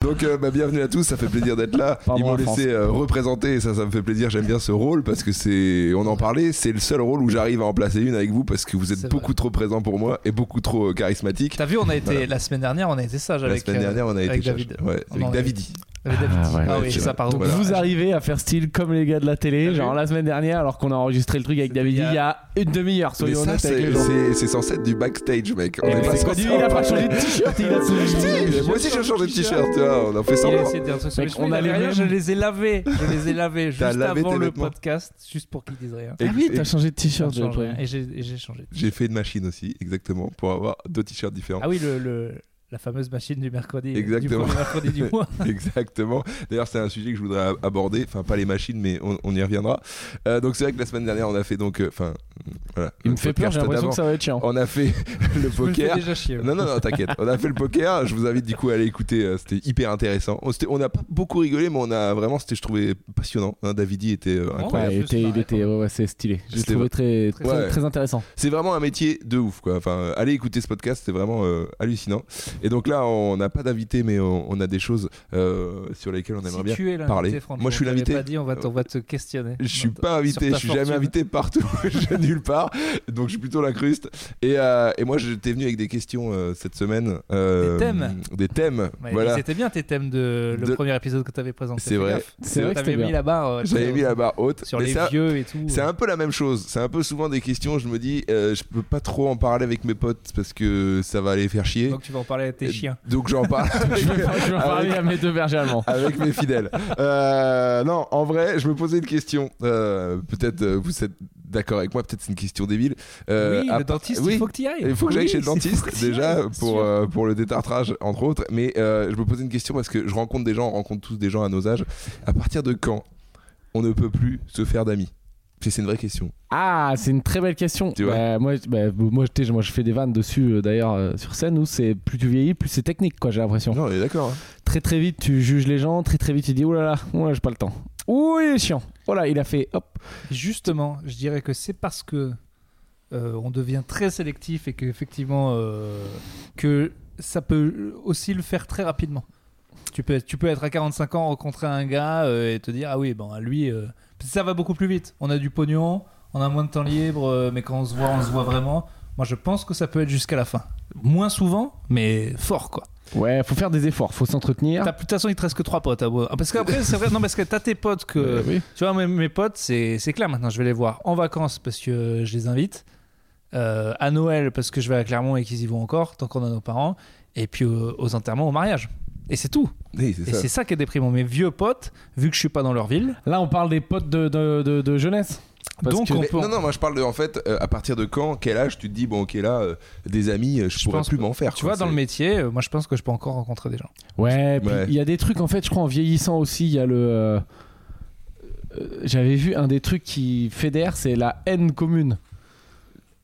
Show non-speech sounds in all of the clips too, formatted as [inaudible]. Donc, euh, bah, bienvenue à tous, ça fait plaisir d'être là. [laughs] Pardon, Ils m'ont la France. laissé euh, représenter et ça, ça me fait plaisir. J'aime bien ce rôle parce que c'est. On en parlait, c'est le seul rôle où j'arrive à en placer une avec vous parce que vous C'est êtes beaucoup trop présent pour moi et beaucoup trop euh, charismatique. T'as vu, on a été Voilà. la semaine dernière, on a été sage La avec. semaine euh, dernière, on a été avec chercher- David. Ouais, On en avec a- David. avec David. Ah Ah, ouais, ouais, oui, c'est ça vrai. pardon. Donc Voilà. vous arrivez à faire style comme les gars de la télé, T'as genre vu la semaine dernière alors qu'on a enregistré le truc avec C'était David il y a- il y a une demi-heure, Mais soyons ça, honnêtes avec c'est les gens. c'est- c'est censé être du backstage, mec. On Et est c'est pas quoi, censé lui, il a en pas parler. changé de t-shirt, il [laughs] a Si, mais moi aussi j'ai changé de t-shirt, tu vois, on en fait Il a semblant. essayé de dire un truc sur Mec, le chemin, on il a a les rien, mêmes. Je les ai lavés. Je les ai lavés juste T'as lavé avant tes le vêtements. podcast, juste pour qu'ils disent rien. Et- Ah oui, et- t'as changé de t-shirt, Ça ne j'avais change pas- rien. Et j'ai et j'ai changé. j'ai fait une machine aussi, exactement, pour avoir deux t-shirts différents. Ah oui, le, le- la fameuse machine du mercredi. Exactement. Du premier mercredi du [laughs] mois. Exactement. D'ailleurs, c'est un sujet que je voudrais ab- aborder. Enfin, pas les machines, mais on, on y reviendra. Euh, donc, c'est vrai que la semaine dernière, on a fait donc. euh, Enfin, voilà. Il le me fait peur, podcast j'ai l'impression d'avant. que ça va être chiant. On a [laughs] fait [laughs] le Je me fais poker. déjà chier. Non, non, non, t'inquiète. On a fait le poker. Je vous invite du coup à aller écouter. euh, C'était hyper intéressant. On s'était- On n'a pas beaucoup rigolé, mais on a vraiment, c'était, je trouvais, passionnant. Hein, Davidi était euh, Ouais. incroyable. Ouais, il Ouais, en plus, était, ça il paraît, était, quand même. ouais, ouais, c'est stylé. Je l'ai C'était trouvé très, très- très, ouais. très intéressant. C'est vraiment un métier de ouf, quoi. Enfin, euh, allez écouter ce podcast, c'est vraiment euh, hallucinant. Et donc là, on n'a pas d'invité, mais on, on a des choses euh, sur lesquelles on aimerait Si bien. tu es l'invité, parler. Franck, Moi, je suis on t'avait l'invité. Pas dit, on va te, on va te questionner. Je suis Sur ta- pas invité, sur je ta suis fortune. jamais invité partout, [laughs] je nulle part, donc je suis plutôt l'incruste. Et, euh, et moi j'étais venu avec des questions euh, cette semaine. euh, Des thèmes. Des thèmes, Ouais, voilà. C'était bien tes thèmes de le De- premier épisode que t'avais présenté. C'est fais vrai. gaffe. C'est vrai que T'avais c'était mis bien. la barre. euh, J'avais mis la barre haute. sur mais les ça- vieux et tout. euh, C'est un peu la même chose. C'est un peu souvent des questions, je me dis, euh, je peux pas trop en parler avec mes potes parce que ça va les faire chier. Donc tu vas en parler à tes Et- chiens. Donc j'en [laughs] parle. [laughs] Je vais pas- je vais en parler à mes deux bergers allemands. avec mes fidèles. Euh, non, en vrai, je me posais une question. Euh, peut-être euh, vous êtes d'accord avec moi, peut-être c'est une question débile. Euh, oui, à- le dentiste, oui. il faut que tu ailles. Il faut que j'aille Oui, chez le c'est- dentiste faut que t'y déjà ailles, pour, sûr. euh, pour le détartrage entre autres. Mais euh, je me posais une question parce que je rencontre des gens, on rencontre tous des gens à nos âges. À partir de quand on ne peut plus se faire d'amis Puis c'est une vraie question. Ah, c'est une très belle question. Tu vois. Bah, moi, je- bah, moi, je- t'sais, moi, je fais des vannes dessus, euh, d'ailleurs, euh, sur scène, où c'est plus tu vieillis, plus c'est technique, quoi, j'ai l'impression. Non, on est d'accord. hein. Très, très vite, tu juges les gens, très, très vite, tu dis, oh là là, oh là, j'ai pas le temps. Ouh, il est chiant. Oh là, il a fait, hop. Justement, je dirais que c'est parce que euh, on devient très sélectif et qu'effectivement, euh, que ça peut aussi le faire très rapidement. Tu peux, tu peux être à 45 ans, rencontrer un gars euh, et te dire Ah oui, bon, lui, euh, ça va beaucoup plus vite. On a du pognon, on a moins de temps libre, euh, mais quand on se voit, on se voit vraiment. Moi, je pense que ça peut être jusqu'à la fin. Moins souvent, mais fort, quoi. Ouais, faut faire des efforts, faut s'entretenir. T'as- De toute façon, il te reste que trois potes. à boire. Ah, Parce qu'après, c'est vrai, non, parce que t'as tes potes que. Bah Euh, oui. Tu vois, mes, mes potes, c'est c'est clair maintenant, je vais les voir en vacances parce que euh, je les invite, euh, à Noël parce que je vais à Clermont et qu'ils y vont encore, tant qu'on a nos parents, et puis euh, aux enterrements, au mariage. Et c'est tout. Oui, c'est Et ça. c'est ça qui est déprimant. Mes vieux potes, vu que je suis pas dans leur ville, Là, on parle des potes de, de, de- de jeunesse. Parce donc que- on Mais peut. non, non, moi je parle de en fait euh, à partir de quand, quel âge tu te dis, bon, ok, là, euh, des amis, euh, je, Je pourrais pense plus que- m'en faire. Tu quoi. vois, dans C'est- le métier, euh, moi je pense que je peux encore rencontrer des gens. Ouais, puis Ouais. il y a des trucs, en fait, je crois, en vieillissant aussi, il y a le. euh, euh, J'avais vu un des trucs qui fédère, c'est la haine commune.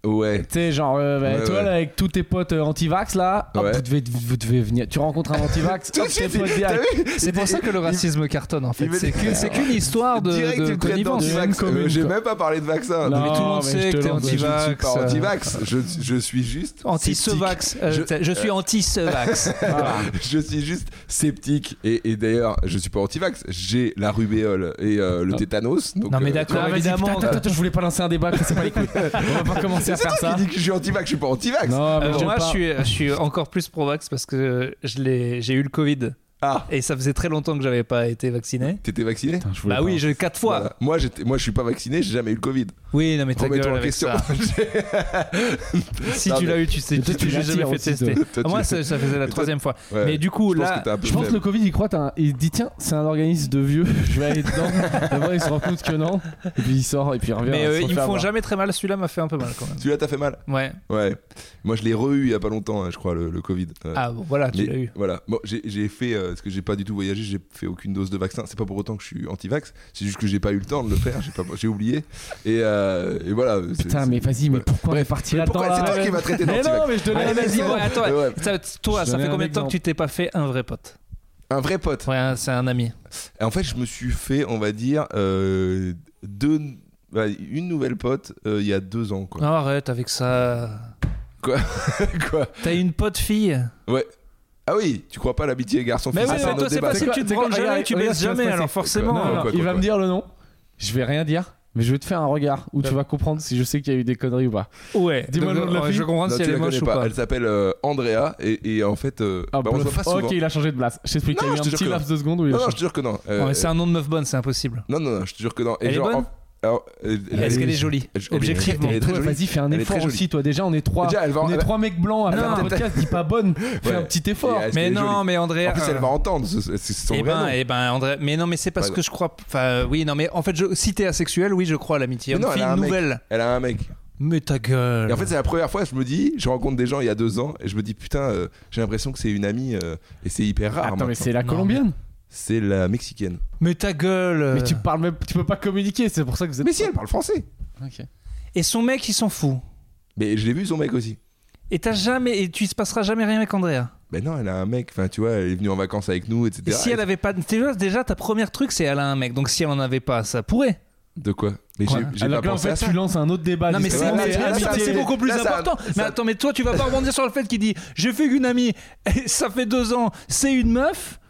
Ouais. Tu sais, genre, euh, bah, Ouais, toi, ouais. là, avec tous tes potes euh, anti-vax, là, hop, Ouais. vous, devez, vous devez venir. Tu rencontres un anti-vax, [laughs] Tout de hop, tes suite, il- potes direct. t'as vu C'est pour ça que le racisme cartonne en fait. il veut- C'est que- c'est qu'une histoire Ah, de, Direct, tu de me traites connivence. d'anti-vax. d'antivax. Même commune, Euh, J'ai quoi. même pas parlé de hein. vaccin. Non, mais tout le monde mais sait euh. je te que t'es l'en- je suis Je suis anti-vax. pas anti-vax, je, je suis juste sceptique. Anti-sevax. Euh, Je- t'as- je... suis anti-sevax. Voilà. [laughs] Je suis juste sceptique et, et d'ailleurs je suis pas anti-vax. J'ai la rubéole et euh, le Ah. tétanos. Donc, Non, mais euh, d'accord, Ah, vas-y, évidemment. putain, Attends, attends, je voulais pas lancer un débat, mais c'est pas [laughs] les couilles. On va pas commencer à C'est faire toi ça. qui dis que je suis anti-vax, je suis pas anti-vax. Non, mais Euh, j'aime moi, je pas. suis, je suis encore plus pro-vax parce que euh, je l'ai- j'ai eu le Covid Ah, et ça faisait très longtemps que j'avais pas été vacciné. t'étais vacciné Putain, je voulais Bah pas. oui, j'ai eu quatre fois. Voilà. Moi, j'étais- moi, je suis pas vacciné, j'ai jamais eu le Covid. Oui, non mais ta gueule Remettons la avec question. ça. Si Non, tu mais- l'as eu, tu sais, Mais toi, tu tu, l'as l'attires jamais fait aussi, toi. tester. Toi, tu- moi, ça, ça faisait la toi- troisième fois. Ouais. Mais du coup, je pense là, que t'as un peu Je pense que faible. le Covid, il croit, t'as un- il dit tiens, c'est un organisme de vieux, [laughs] je vais aller dedans. D'abord, il se rend compte que non. Et puis il sort, et puis il revient. mais euh, se ils me fait font avoir. jamais très mal. Celui-là m'a fait un peu mal quand même. Celui-là, t'as fait mal. Ouais. Ouais. Moi, je l'ai re il y a pas longtemps, hein, je crois, le, le Covid. Ouais. Ah bon, voilà, tu Mais l'as eu. Voilà, bon, j'ai j'ai fait, euh, parce que j'ai pas du tout voyagé, j'ai fait aucune dose de vaccin. C'est pas pour autant que je suis anti-vax, c'est juste que j'ai pas eu le temps de le faire, j'ai pas- j'ai oublié. Et, euh, et voilà. c'est- Putain, c'est- mais vas-y, mais Voilà. pourquoi on est parti là-dedans Pourquoi c'est là, toi qui ouais. m'as traité Mais non, d'anti-vax mais je te l'ai Allez, vas-y, raison. ouais, attends. Ouais, ouais. Ça- toi, Je ça donnais fait un combien de temps que exemple. tu t'es pas fait un vrai pote Un vrai pote. Ouais, un- c'est un ami. Et en fait, je me suis fait, on va dire, euh, deux, bah, une nouvelle pote euh, il y a deux ans, quoi. Non, arrête avec ça. Quoi [laughs] T'as une pote fille Ouais. Ah oui, tu crois pas à l'amitié garçon-fille Mais oui, c'est mais un toi, autre c'est débat. parce C'est que quoi- tu te c'est branles quoi- jamais et tu regarde, baisses regarde ce que jamais, c'est. alors forcément. euh. Non, Non, non, non, quoi, il quoi, va quoi. me dire le nom. Je vais rien dire, mais je vais te faire un regard où tu vas comprendre si je sais qu'il y a eu des conneries ou pas. Ouais, Dis-moi donc, le nom de la ouais, fille. Je comprends Non, si tu elle la est connais moche ou pas. pas. Elle s'appelle euh, Andrea et, et en fait, euh, Ah, bah, on se voit bluff. pas souvent. ok, il a changé de place. Je t'explique, Non, il y a eu je un te jure petit que laps de secondes où il Non, a non, je changé. te jure que non. Euh, Ouais, mais C'est un nom de meuf bonne, c'est impossible. Non, non, non, je te jure que non. Et Elle est genre, bonne en- alors, euh, elle est- Est-ce qu'elle est jolie elle est- Objectivement. Elle est très Toi, jolie. Vas-y, fais un Elle est effort très jolie. aussi, toi. Déjà, on est trois. Déjà, elle va. On est elle- trois mecs blancs à elle faire va un peut-être- podcast, dis [laughs] pas bonne, fais Ah Ouais. un petit effort. Et euh, elle- Mais elle est non, jolie. mais André. En plus, elle va entendre. ce- C'est c'est son euh, Eh vrai ben, nom. eh ben, André. Mais non, mais c'est parce Ouais. que je crois. Enfin, oui, non, mais en fait, je... si t'es asexuel, oui, je crois à l'amitié. Mais non, Une elle fille a un mec. nouvelle. Elle a un mec. Mais ta gueule. Et en fait, c'est la première fois, je me dis, je rencontre des gens il y a deux ans, et je me dis, putain, euh, j'ai l'impression que c'est une amie, euh, et c'est hyper rare. Attends, mais maintenant. c'est la Non, colombienne. C'est la mexicaine. Mais ta gueule. Mais tu parles même, tu peux pas communiquer, c'est pour ça que vous euh, êtes. Mais si, elle parle français. Ok. Et son mec, il s'en fout. Mais je l'ai vu, son mec aussi. Et t'as jamais. Et tu se passeras jamais rien avec Andrea. Ben non, elle a un mec, enfin, tu vois, elle est venue en vacances avec nous, etc. Et si elle avait pas. Déjà, déjà, ta première truc, c'est elle a un mec. Donc si elle en avait pas, ça pourrait. De quoi Mais Quoi j'ai- j'ai Alors pas que là, en pensé fait, à ça. tu lances un autre débat. non, mais Ah, c'est c'est vrai, justement. mais là, l'amitié, ça, c'est c'est- beaucoup plus là, ça- important. mais ça- attends, mais toi, tu vas pas rebondir sur le fait qu'il dit J'ai fait qu'une amie, [laughs] et ça fait deux ans, c'est une meuf.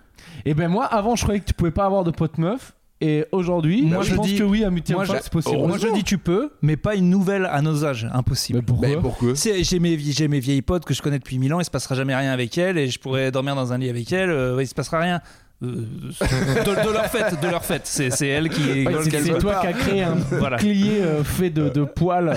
Et ben moi, avant, je croyais que tu pouvais pas avoir de pote meuf. Et aujourd'hui, Moi, Bah moi, je, je pense dis- que oui, à mutuel moi, je- c'est possible. Heureusement. Moi, je dis Tu peux, mais pas une nouvelle à nos âges. Mais Impossible. pourquoi Ben pourquoi C'est- J'ai mes, vie- j'ai mes vieilles potes que je connais depuis mille ans, il se passera jamais rien avec elles, et je pourrais dormir dans un lit avec elles, euh, il se passera rien. Euh, [laughs] de, de leur fête, de leur fête. C'est c'est elles Ouais, qui. Parce c'est qu'elles c'est veulent toi qui as [laughs] créé un Voilà. bouclier euh, fait de, de Ah, poils.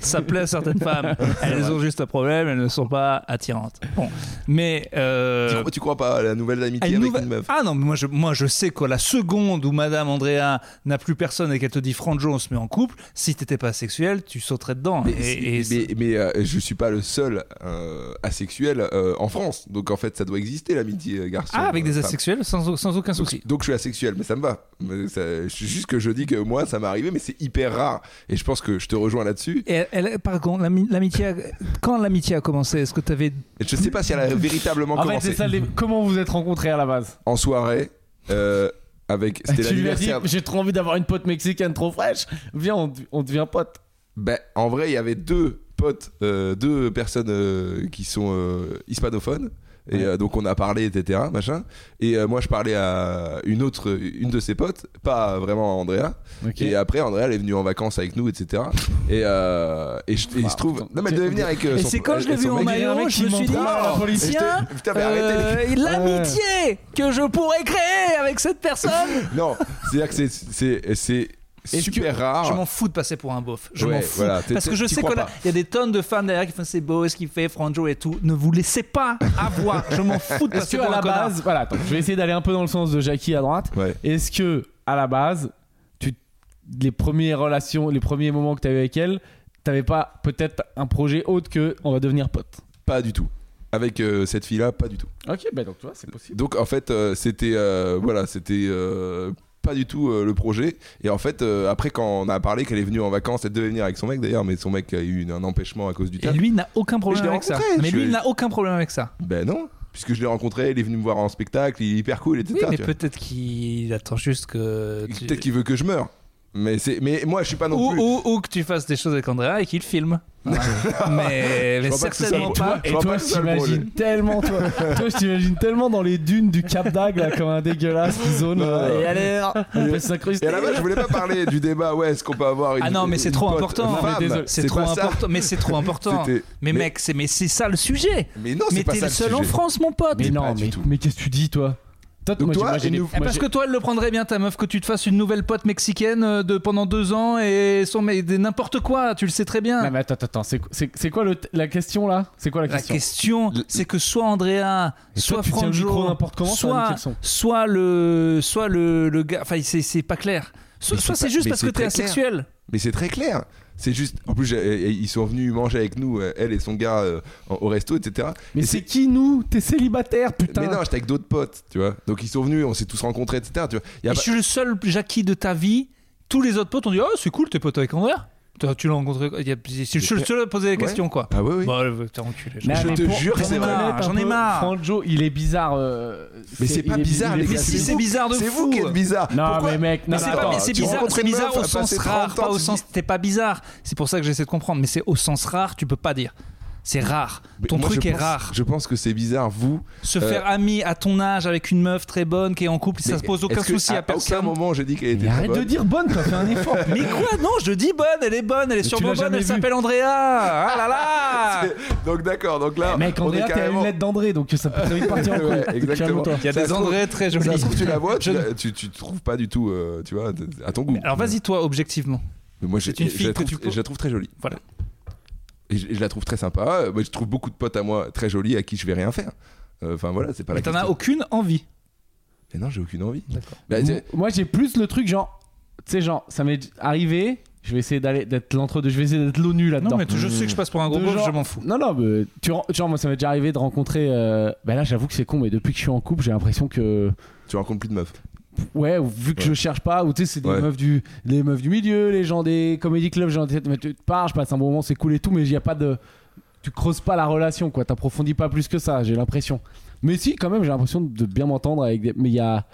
ça plaît à certaines femmes. Elles ont juste un problème, elles ne sont pas attirantes. Bon, mais euh, Tu crois- Tu crois pas à la nouvelle à amitié une avec nouvelle- une meuf Ah non, mais moi je, moi je sais que la seconde où Madame Andrea n'a plus personne et qu'elle te dit Franjo, on se met en couple, si t'étais pas sexuel, tu sauterais dedans. mais, et, si- mais, mais, euh, je suis pas le seul euh, asexuel euh, en France, donc en fait ça doit exister l'amitié euh, garçon. ah, avec des euh, femme. asexuels, sans, sans aucun Donc, souci. donc je suis asexuel, mais ça me va. Mais ça- c'est juste que je dis que moi, ça m'est arrivé, mais c'est hyper rare. Et je pense que je te rejoins là-dessus. Et elle- elle- par contre, l'ami- l'amitié, a- quand l'amitié a commencé, est-ce que t'avais Et Je sais pas si elle a véritablement En fait, commencé c'est ça. les- Comment vous vous êtes rencontrés à la base en soirée euh, avec. C'était Ah, [laughs] Tu lui as dit l'anniversaire. J'ai trop envie d'avoir une pote mexicaine trop fraîche. Viens, on, on devient pote. Ben, en vrai, il y avait deux potes, euh, deux personnes euh, qui sont euh, hispanophones. Et Ouais. euh, donc on a parlé, etc. Machin. Et euh, moi je parlais à une autre, une de ses potes, pas vraiment à Andrea. Ok. Et après Andrea elle est venue en vacances avec nous, etc. Et, euh, et, je- et il se trouve, Bah, Attends. non mais elle devait venir avec. euh, Et son- c'est quand elle- je l'ai elle- vu son en mec. mec, il y a un maillot, mec je qui me suis dit, m'envoie à la oh, police. tiens, Et je te- putain, mais arrêtez, euh, l'amitié que je pourrais créer avec cette personne. Non, c'est-à-dire que c'est- c'est c'est que- super Je m'en rare. fous de passer pour un beauf. Je Ah. Ouais, m'en fous. voilà, t'es- Parce que t'es- je t'y sais crois qu'il pas. y a des tonnes de fans derrière qui font c'est beau, ce qu'il fait, Franjo et tout. Ne vous laissez pas avoir. Je m'en fous de Est-ce passer que à pour un la connard. base, voilà, attends, je vais essayer d'aller un peu dans le sens de Jackie à droite. Ouais. Est-ce que à la base, tu, les premières relations, les premiers moments que tu avais avec elle, t'avais pas peut-être un projet autre que on va devenir pote Pas du tout. Avec euh, cette fille-là, pas du tout. Ok, bah donc toi, c'est possible. Donc en fait, euh, c'était euh, voilà, c'était euh, pas du tout euh, le projet. Et en fait, euh, après quand on a parlé qu'elle est venue en vacances, elle devait venir avec son mec d'ailleurs, mais son mec a eu une- un empêchement à cause du Et taf. lui n'a aucun Mais je problème l'ai avec ça. rencontré, Mais je lui suis- n'a aucun problème avec ça. Ben non, puisque je l'ai rencontré, il est venu me voir en spectacle, il est hyper cool, etc. Oui, mais tu vois. peut-être qu'il attend juste que. tu- Peut-être qu'il veut que je meure. Mais c'est, mais moi je suis pas non Ou, plus. ou, ou que tu fasses des choses avec Andrea et qu'il filme. mais mais crois pas que ce soit certainement pour pas. toi. Et Je vois toi, pas je ça, le t'imagine projet. tellement, toi, [laughs] toi, je t'imagine tellement dans les dunes du Cap d'Agde, là, comme un dégueulasse qui zone. euh, Non, là, non, non. Et allez, on fait sa Bah, Et à la base, je voulais pas parler du débat. Ouais, est-ce qu'on peut avoir une Ah non, mais c'est une trop pote important. femme Non, mais désolé. C'est C'est trop pas ça. important. Mais [laughs] c'est trop important. C'était- Mais, mec, c'est mais c'est ça le sujet. mais non, c'est Mais pas t'es ça le seul en sujet. France, mon pote. Mais Mais non, pas du mais, tout. mais qu'est-ce que tu dis, toi Toi, Donc j'ai- toi, j'ai et des- nous- Eh, moi, parce j'ai- que toi, elle le prendrait bien, ta meuf, que tu te fasses une nouvelle pote mexicaine euh, de pendant deux ans et son mais des n'importe quoi. Tu le sais très bien. Non, mais attends, attends, attends, c'est- c'est c'est quoi le- la question là C'est quoi la La question question, c'est que soit Andrea, Et soit toi, tu tiens le Franjo, micro n'importe comment, ça va niquer soit, le son. soit le, soit le, le gars. Enfin, c'est c'est pas clair. Soit Mais soit c'est c'est pas- juste mais parce que c'est t'es très clair. asexuel. Ah Mais c'est très clair. C'est juste. En plus, j'ai- ils sont venus manger avec nous, euh, elle et son gars, euh, en- au resto, etc. Mais Et c'est qui nous T'es célibataire, putain Mais non, j'étais avec d'autres potes, tu vois. Donc ils sont venus, on s'est tous rencontrés, etc. Tu vois. Il y a bah- pas- Et je suis le seul Jackie de ta vie. Tous les autres potes ont dit Oh, c'est cool, t'es pote avec Andrea. Toi, Tu l'as rencontré. il y a- Je suis le seul à poser les Ouais. questions, quoi. Ah oui, oui. Bah, euh, t'es enculé. Mais je mais te pour- jure, pour c'est me vrai. connaître un J'en ai peu, marre. Franjo, il est bizarre. euh, Mais c'est pas il est- bizarre, il est les gars. Mais si, vous- c'est bizarre de C'est fou. vous qui êtes bizarre. Non, Pourquoi mais mec, non, Mais c'est attends, pas- mais c'est Bah, tu bizarre, rencontres c'est une bizarre meuf, au elle sens passait rare, 30 ans, pas au tu sens. T'es pas bizarre. C'est pour ça que j'essaie de comprendre, mais c'est au sens rare, tu peux pas dire. C'est rare. Mais Ton moi, truc je est pense- rare. Je pense que c'est bizarre, vous. Euh, Se faire ami à ton âge avec une meuf très bonne qui est en couple, ça mais se pose aucun est-ce que souci à aucun personne. moment, j'ai dit qu'elle était Mais très arrête de bonne dire bonne, t'as fait [laughs] un effort. Mais quoi Non, je dis bonne, elle est bonne, elle est tu sûrement l'as bonne, jamais elle vue. s'appelle Andrea. Ah là [laughs] là Donc d'accord, donc là, Mec, on est Andrea, t'as une carrément. lettre d'André, donc ça peut très vite partir en couille. [laughs] Ouais, exactement. Calme-toi. Il y a Ça des se trouve- André très Ça se jolies. trouve, tu la vois, tu, Je- la- tu, tu te trouves pas du tout, euh, tu vois, de- à ton goût. Alors vas-y toi, objectivement. Mais moi, j'ai- C'est une je fille la que trouve, tu peux- je la trouve très jolie. Voilà. Et je, et je la trouve très sympa. Euh, Moi, je trouve beaucoup de potes à moi très jolis à qui je vais rien faire. Euh, Enfin voilà, c'est pas la Mais t'en as question. aucune envie. Mais non, j'ai aucune envie. D'accord. Bah, tu sais, Moi, j'ai plus le truc genre, tu sais, genre, ça m'est arrivé. Je vais essayer d'aller d'être l'entre-deux, je vais essayer d'être l'ONU là-dedans. Non, mais tu- je sais que je passe pour un gros De beauf, genre- je m'en fous. Non, non, mais tu, ren- genre, moi, ça m'est déjà arrivé de rencontrer. euh, bah là, j'avoue que c'est con, mais depuis que je suis en couple, j'ai l'impression que. tu rencontres plus de meufs. Ouais, ou- vu que Ouais. je cherche pas, ou tu sais, c'est des Ouais. meufs du, les meufs du milieu, les gens des comédie clubs, genre, mais tu te parles, je passe un bon moment, c'est cool et tout, mais il y a pas de. Tu creuses pas la relation, quoi, t'approfondis pas plus que ça, j'ai l'impression. Mais si, quand même, j'ai l'impression de bien m'entendre avec des. Mais il y a.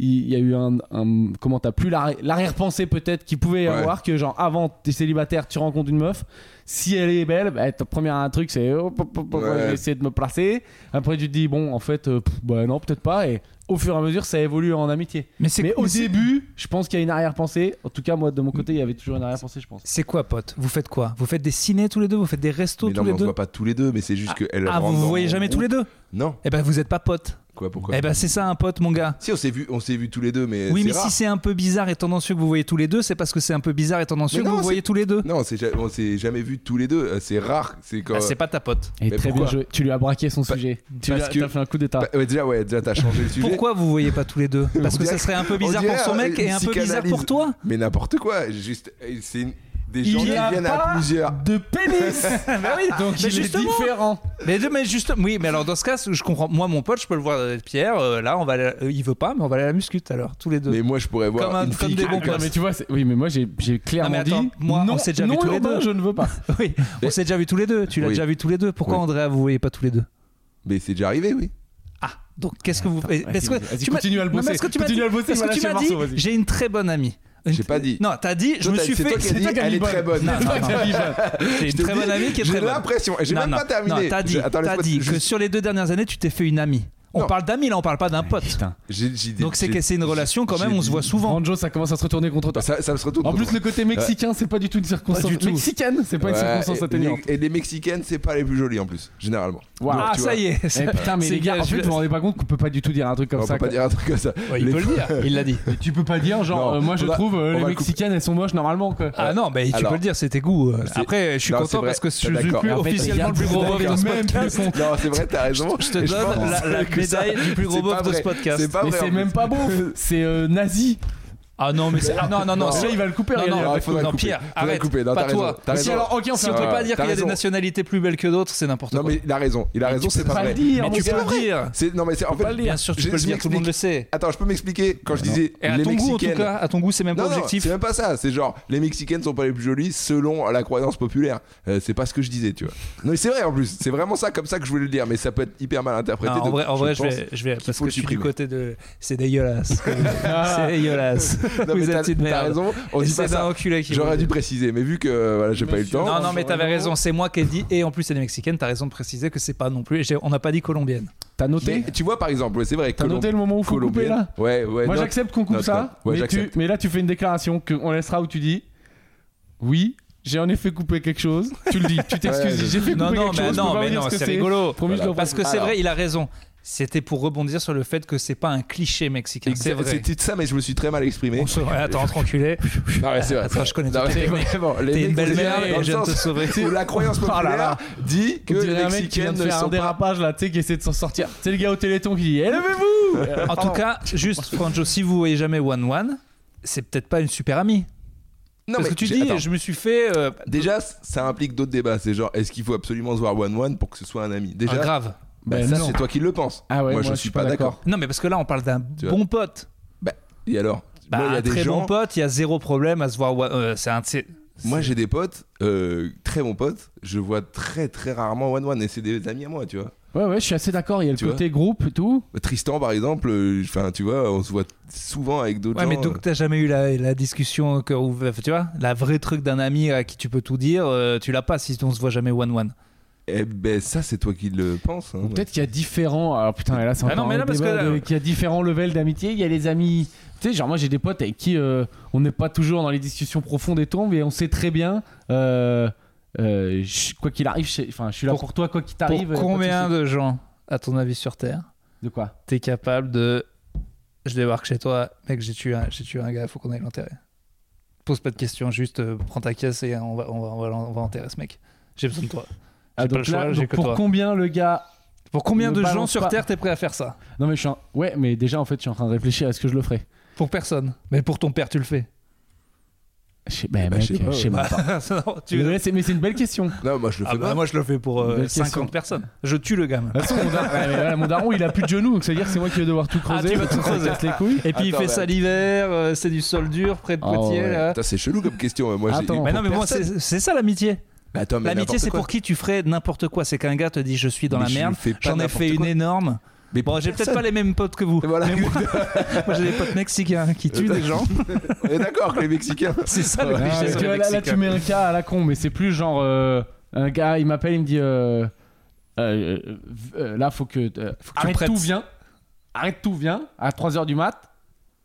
Il y a eu un. un- comment t'as plus l'arri- l'arrière-pensée peut-être qu'il pouvait y Ouais. avoir que, genre, avant, t'es célibataire, tu rencontres une meuf. Si elle est belle, bah, ton premier un truc, c'est. oh, hop, hop, hop, hop, Ouais. Je vais essayer de me placer. Après, tu te dis, bon, en fait, euh, pff, bah non, peut-être pas. Et au fur et à mesure, ça évolue en amitié. c'est Mais au c'est- début, je pense qu'il y a une arrière-pensée. En tout cas, moi, de mon côté, il y avait toujours une arrière-pensée, je pense. C'est quoi, pote Vous faites quoi Vous faites des ciné tous les deux Vous faites des restos Mais tous non, mais les on se deux voit pas tous les deux, mais c'est juste que elle Ah, rentre vous dans vous voyez mon jamais tous groupe. les deux Non. Eh ben, vous êtes pas potes. Quoi Pourquoi Eh ben, c'est ça un pote, mon gars. Si on s'est vu, on s'est vu tous les deux, mais Oui, c'est mais rare. si c'est un peu bizarre et tendancieux que vous voyez tous les deux, c'est parce que c'est un peu bizarre et tendancieux Mais que non, vous voyez tous les deux. Non, on s'est ja- on s'est jamais vu tous les deux. Euh, C'est rare. C'est quand. Ah, c'est pas ta pote. Et Mais très bien pourquoi joué. Tu lui as braqué son Pa- sujet. Tu lui parce as que- t'as fait un coup d'état. Bah, ouais, déjà, ouais, déjà, t'as changé le sujet. Pourquoi vous voyez pas tous [laughs] les deux Parce On que ça dirait- serait un peu bizarre dirait euh, pour son mec une et un peu bizarre psychanalyse. pour toi. Mais n'importe quoi. Juste, euh, c'est une- des Il gens qui y a viennent à pas plusieurs. Ah. De pénis Bah oui, Donc mais il est justement. différent. Mais, mais juste, oui, mais alors dans ce cas, je comprends. Moi, mon pote, je peux le voir euh, Pierre. euh, là, on va, aller à- euh, il veut pas, mais on va aller à la muscute alors, tous les deux. Mais moi, je pourrais voir Comme un- une comme fille. des qui- bons Ah, potes. mais tu vois, c'est- oui, mais moi j'ai j'ai clairement Non, mais attends, dit moi, non, on s'est déjà non vu tous les urbain, deux. je ne veux pas. [laughs] Oui, on s'est déjà vu tous les deux. Tu l'as Oui. déjà vu tous les deux. Pourquoi Oui. Andrea, vous voyez pas tous les deux Mais c'est déjà arrivé, oui. Ah, donc qu'est-ce que vous faites vas-y, vas-y, continue à le bosser. Est-ce que tu m'as Continue dit- à le bosser, est-ce que voilà, tu chez m'as Marceau, dit vas-y. J'ai une très bonne amie. Une- J'ai pas dit. Non, t'as dit. Je Toi, me t'as- suis c'est fait. toi qui as dit, qui as elle mis est très bonne. Non, non, non. J'ai Je une te très dis, bonne amie qui est très J'ai bonne. l'impression, et j'ai Non, même non, pas terminé. non, t'as dit, Je- attends, t'as laisse-moi- dit je- que sur les deux dernières années, tu t'es fait une amie. On Non. parle d'amis là, on parle pas d'un pote. Putain. j'ai- j'ai- Donc c'est j'ai- que c'est une relation quand j'ai même, on dit- se voit souvent. Ranjo, ça commence à se retourner contre toi. Ça, ça me se retourne. En contre plus, le côté mexicain, c'est pas du tout une circonstance. Pas du tout. Mexicaine, c'est pas moi. une Ouais, circonstance et, atténuante. les- et les mexicaines, c'est pas les plus jolies en plus, généralement. Waouh. Donc, Ah, tu ça vois. y est. Eh, putain, mais c'est les gars, bien, en je- fait, vous vous rendez pas compte qu'on peut pas du tout dire un truc comme On ça. peut pas quoi. dire un truc comme ça. Ouais, il Les- peut le dire, il l'a dit. Mais tu peux pas dire, genre, Non, euh, moi je on va- trouve on va euh, les le couper. mexicaines elles sont moches normalement. Quoi. Ah non, mais tu Alors- peux le dire, c'est tes goûts. euh. C'est- Après, je suis Non, c'est content vrai, parce que je t'es suis d'accord. plus En fait, officiellement regarde, le plus gros vous bof avez de ce même podcast. plus Non, c'est vrai, t'as raison. Je te Et donne pense la- la que ça- médaille du plus gros c'est bof pas de ce vrai. podcast. C'est pas mais vrai, c'est en même plus. pas beau, [laughs] c'est euh, nazi. Ah non, mais c'est. ah Non, non, non. Non, c'est- Là, il va le couper. Non, regarde, non, il va non, le il couper. faudrait non, couper. Pierre, Faudrait arrête. couper. Non, pas t'as toi. raison, t'as Mais raison. Si, alors, ok, on fait Ah, un truc. pas dire t'as qu'il y a des raison. nationalités plus belles que d'autres, c'est n'importe Non, quoi. mais il a raison. Il a raison, c'est pas pas vrai. le dire, Mais mon tu gars. peux le dire. C'est- Non, mais c'est en fait. Bien sûr, tu je- peux le je dire, tout le monde le m'explique. sait. Attends, je peux m'expliquer quand je disais Et à les ton goût, en tout mexicaines. cas, à ton goût, c'est même pas Non, non, objectif. c'est même pas ça. C'est genre, les Mexicaines sont pas les plus jolies selon la croyance populaire. Euh, c'est pas ce que je disais, tu vois. Non, mais c'est vrai en plus. C'est vraiment ça, comme ça que je voulais le dire. Mais ça peut être hyper mal interprété. Non, Ah, en donc vrai, en vrai, je, pense- vais, je vais, parce faut le que je suis du supprimer. côté de. [laughs] C'est dégueulasse. c'est dégueulasse. Non, mais Vous t'as- êtes une T'as merde. raison. On Et dit C'est pas d'un ça. enculé qui. vous J'aurais le dû dit. préciser, mais vu que euh, voilà, j'ai pas eu le Monsieur, temps. Non, non, J'aurais mais t'avais vraiment- raison, c'est moi qui ai dit, et en plus c'est des Mexicaines, t'as raison de préciser que c'est pas non plus, et j'ai- on n'a pas dit colombienne. T'as noté Mais tu vois, par exemple, ouais, c'est vrai. T'as Colom- noté le moment où faut couper Colombienne. là Ouais, ouais. Moi non, j'accepte qu'on coupe note, ça, note. Ouais, mais, tu, j'accepte. mais là tu fais une déclaration qu'on laissera où tu dis Oui, j'ai en effet coupé quelque chose. Tu le dis, [laughs] Ouais, tu je- t'excuses. J'ai fait couper Non, non, quelque chose. mais je peux non, pas mais vous dire non, ce que c'est rigolo. Promis, je Voilà. le Parce que Alors. c'est vrai, il a raison. C'était pour rebondir sur le fait que c'est pas un cliché mexicain. Exact- C'est vrai. C'était ça, mais je me suis très mal exprimé. Oh, On se- Ouais, attends, entre enculé. Non, mais c'est vrai. Attends, je connais Non, toutes mais les mecs. vraiment, les T'es une mecs, belle mère dans et le je viens de te sens sauver. où la croyance Oh là populaire là. dit que On les dirait un "Ah, mec qui vient Mexicaines de ne faire un sont pas. dérapage là, tu sais, qui essaie de s'en sortir. C'est le gars au téléthon qui dit eh, Élevez-vous En tout cas, juste, Franjo, si vous voyez jamais One One, c'est peut-être pas une super amie. Non, Parce mais que tu j'ai- dis, attends. je me suis fait. euh, Déjà, ça implique d'autres débats. C'est genre, est-ce qu'il faut absolument se voir one-one pour que ce soit un ami ah, Déjà, grave. bah, Ben ça, non. c'est toi qui le penses. Ah ouais, moi, je suis pas d'accord. Non, mais parce que là, on parle d'un Tu vois. bon pote. Et alors Bah, Moi, il y a un des très bon gens. pote, il y a zéro problème à se voir. one- euh, c'est un de ces- Moi, j'ai des potes, euh, très bons potes. Je vois très, très rarement one-one. Et c'est des amis à moi, tu vois. Ouais, ouais, je suis assez d'accord. Il y a le Tu côté groupe et tout. Tristan, par exemple, euh, enfin, tu vois, on se voit souvent avec d'autres Ouais, gens. euh. mais donc t'as jamais eu la, la discussion que euh, ou- tu vois, la vraie truc d'un ami à qui tu peux tout dire, euh, tu l'as pas si on se voit jamais one one. Eh ben, ça, c'est toi qui le penses. hein. Ou Peut-être qu'il y a différents. Alors putain, là, c'est Ah encore non, mais un là, parce débat que là- de- qu'il y a différents levels d'amitié. Il y a les amis. Tu sais, genre moi, j'ai des potes avec qui euh, on n'est pas toujours dans les discussions profondes et tout, mais on sait très bien. euh, euh, je- quoi qu'il arrive, je, enfin, je suis là pour, Pour- toi, quoi qu'il Pour t'arrive. euh, pas combien de soucis. de gens, à ton avis, sur Terre, De quoi t'es capable de. Je débarque chez toi, mec, j'ai tué, un- j'ai tué un gars, faut qu'on aille l'enterrer. Pose pas de questions, juste euh, prends ta caisse et on va, on va, on va, l'en- on va enterrer ce mec. J'ai besoin de toi. Ah, J'ai pas donc le là, choix, donc j'ai que Pour toi. combien le gars Pour combien Ne de gens balance sur pas. Terre t'es prêt à faire ça Non mais je suis. en- Ouais, mais déjà en fait, je suis en train de réfléchir à ce que je le ferais. Pour personne. Mais pour ton père, tu le [laughs] fais. Je sais, ben, bah, mec, je sais pas, je sais ouais. même pas. Ah, Non, tu- Mais c'est- mais c'est une belle question. Non, moi, je le Ah fais bah, pas. moi, je le fais pour euh, Une belle question. 50 personnes. Je tue le gars. même. De toute façon, mon, dar- ouais, mais voilà, mon daron, il a plus de genoux, donc ça veut dire que c'est moi qui vais devoir tout creuser. tu vas tout [laughs] Ça creuser. casse les couilles. Et puis il Attends, Oh, fait bah- ça l'hiver, euh, c'est du sol dur près de Ah Poitiers. ouais. là. Putain, c'est chelou comme question. hein. Moi, j'ai- Attends. Mais non, mais moi, Personne. c'est c'est ça l'amitié. Mais attends, mais L'amitié, n'importe c'est quoi. pour qui tu ferais n'importe quoi. C'est qu'un gars te dit je suis dans Mais la je merde. fais pas J'en ai fait n'importe une quoi. énorme. Mais Bon, j'ai peut-être personne. pas les mêmes potes que vous. Voilà. Mais moi, moi, j'ai des potes mexicains [laughs] qui tuent des gens. On est d'accord que les Mexicains. [laughs] C'est ça le Ouais, Ah, cliché mais sur tu les vois, là, là, Mexicains. tu mets un cas à la con, mais c'est plus genre euh, un gars, il m'appelle, il me dit euh, euh, euh, là, faut que, euh, que tu arrête prêtes. tout, viens, arrête tout, viens à 3h du mat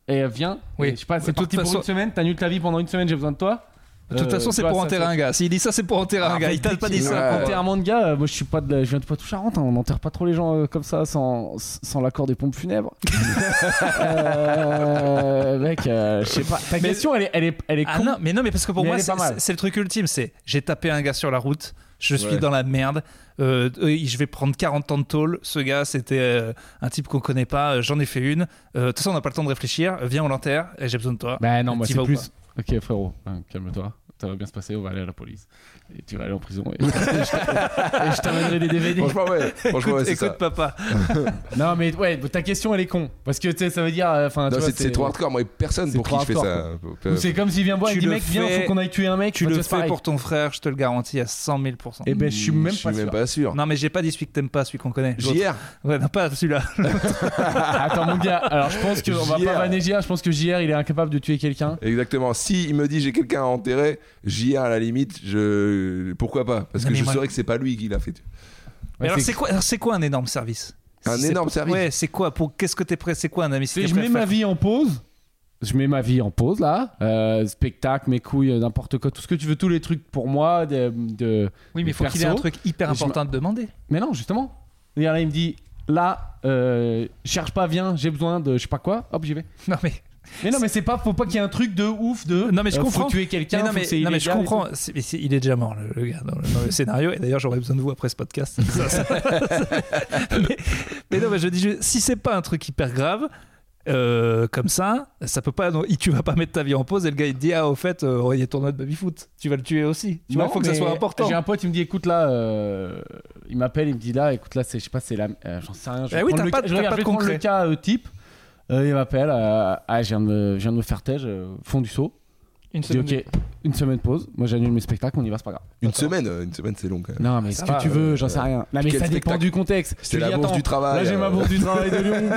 et euh, viens. Oui. Et je sais pas, c'est Ouais, tout de petit toute pour une semaine, t'annules ta vie pendant une semaine, j'ai besoin de toi. Euh, De toute façon, c'est pour enterrer un gars. S'il dit Euh, ça, c'est pour enterrer Ah, un gars. Il t'a pas dit qu'il- ça. Ouais. pour enterrer- Enterrement de gars, euh, moi je suis pas de la- je viens de Poitou Charente, hein. on enterre pas trop les gens euh, comme ça sans, sans l'accord des pompes [laughs] funèbres. Euh, mec, euh, je sais pas. Ta Mais- question elle est, elle est, elle est Ah con. non, mais non, mais parce que pour Mais moi, elle est c'est- pas mal. c'est c'est le truc ultime. C'est j'ai tapé un gars sur la route. Je suis Ouais. dans la merde. euh, euh, je vais prendre 40 ans de tôle. Ce gars, c'était euh, un type qu'on connaît pas. euh, J'en ai fait une. Euh, De toute façon, on n'a pas le temps de réfléchir. euh, Viens, on l'enterre. et J'ai besoin de toi. Bah non, T'y moi c'est vas ou plus. Ok, frérot, hein, calme-toi. Ça va bien se passer, on va aller à la police. Et tu vas aller en prison. [laughs] Et, et je et je t'amènerai des DVD. Franchement, ouais. Franchement, ouais, écoute, c'est écoute, ça. papa. Non, mais ouais, ta question elle est con. Parce que tu sais, ça veut dire. euh, Enfin, tu Non, vois, c'est- c'est trop hardcore. Moi, personne c'est pour qui trop je fais ça. Ou c'est comme s'il vient boire et Tu dit le mec, viens, fais- faut qu'on aille tuer un mec. Tu Bah, le vois, c'est fais pareil. pour ton frère, je te le garantis à 100 000 Eh ben, je suis même Je pas suis même sûr. pas sûr. Non, mais j'ai pas dit celui que t'aimes pas, celui qu'on connaît. L'autre. JR, Ouais, non, pas celui-là. [laughs] Attends, mon gars, alors je pense qu'on va JR. pas vanner JR. Je pense que JR il est incapable de tuer quelqu'un. exactement. Si il me dit j'ai quelqu'un à enterrer, JR à la limite, je pourquoi pas Parce Non, que mais je moi- saurais que c'est pas lui qui l'a fait. Mais Ouais, alors, c'est- c'est quoi, alors, c'est quoi un énorme service Un Si c'est- énorme service Ouais, c'est quoi pour Qu'est-ce que t'es prêt C'est quoi un ami si Tu sais, t'es je prêt à mets ma faire- vie en pause. Je mets ma vie en pause là. Euh, spectacle, mes couilles, euh, n'importe quoi, tout ce que tu veux, tous les trucs pour moi. de- de... Oui, mais mais faut qu'il ait perso, un truc hyper et je important à te demander. [laughs] Mais non, justement. Et là, il me dit, là, euh, cherche pas, viens, j'ai besoin de je sais pas quoi, hop, j'y vais. Non, mais, Mais non, mais c'est pas, faut pas qu'il y ait un truc de ouf de. Non, mais je euh, comprends. Faut tuer quelqu'un, Mais non, faut mais, que c'est non, mais je illégal et comprends. C'est- mais c'est- il est déjà mort, le, le gars, dans le, dans le scénario. Et d'ailleurs, j'aurais besoin de vous après [laughs] ce podcast. Ça, ça- [laughs] mais, mais non, mais je dis, juste, si c'est pas un truc hyper grave. euh, comme ça, ça peut pas. non, tu vas pas mettre ta vie en pause et le gars il te dit Ah, au fait, euh, il y a tournoi de baby foot, tu vas le tuer aussi. tout. Tu vois, Non, faut que ça mais soit important. J'ai un pote, il me dit, écoute là, euh, il m'appelle, il me dit là, écoute là, c'est, je sais pas, c'est la. euh, J'en sais rien. Je Eh vais oui, prendre t'as le pas cas- de- je t'as regarde, pas je vais de prendre concret. le cas euh, type. Euh, il m'appelle, euh, ah, je viens de me, je viens de me faire têche, euh, fond du saut. Une Je dis, seconde. ok, une semaine de pause, moi j'annule mes spectacles, on y va, c'est pas grave. Une semaine, euh, une semaine, c'est long quand même. Non, mais Ça ce que va, tu veux, j'en sais euh, rien. Non, mais quel ça dépend spectacle du contexte. C'était Tu la dis, bourse attends, du travail. Là, j'ai ma euh, bourse du travail de [laughs] Lyon.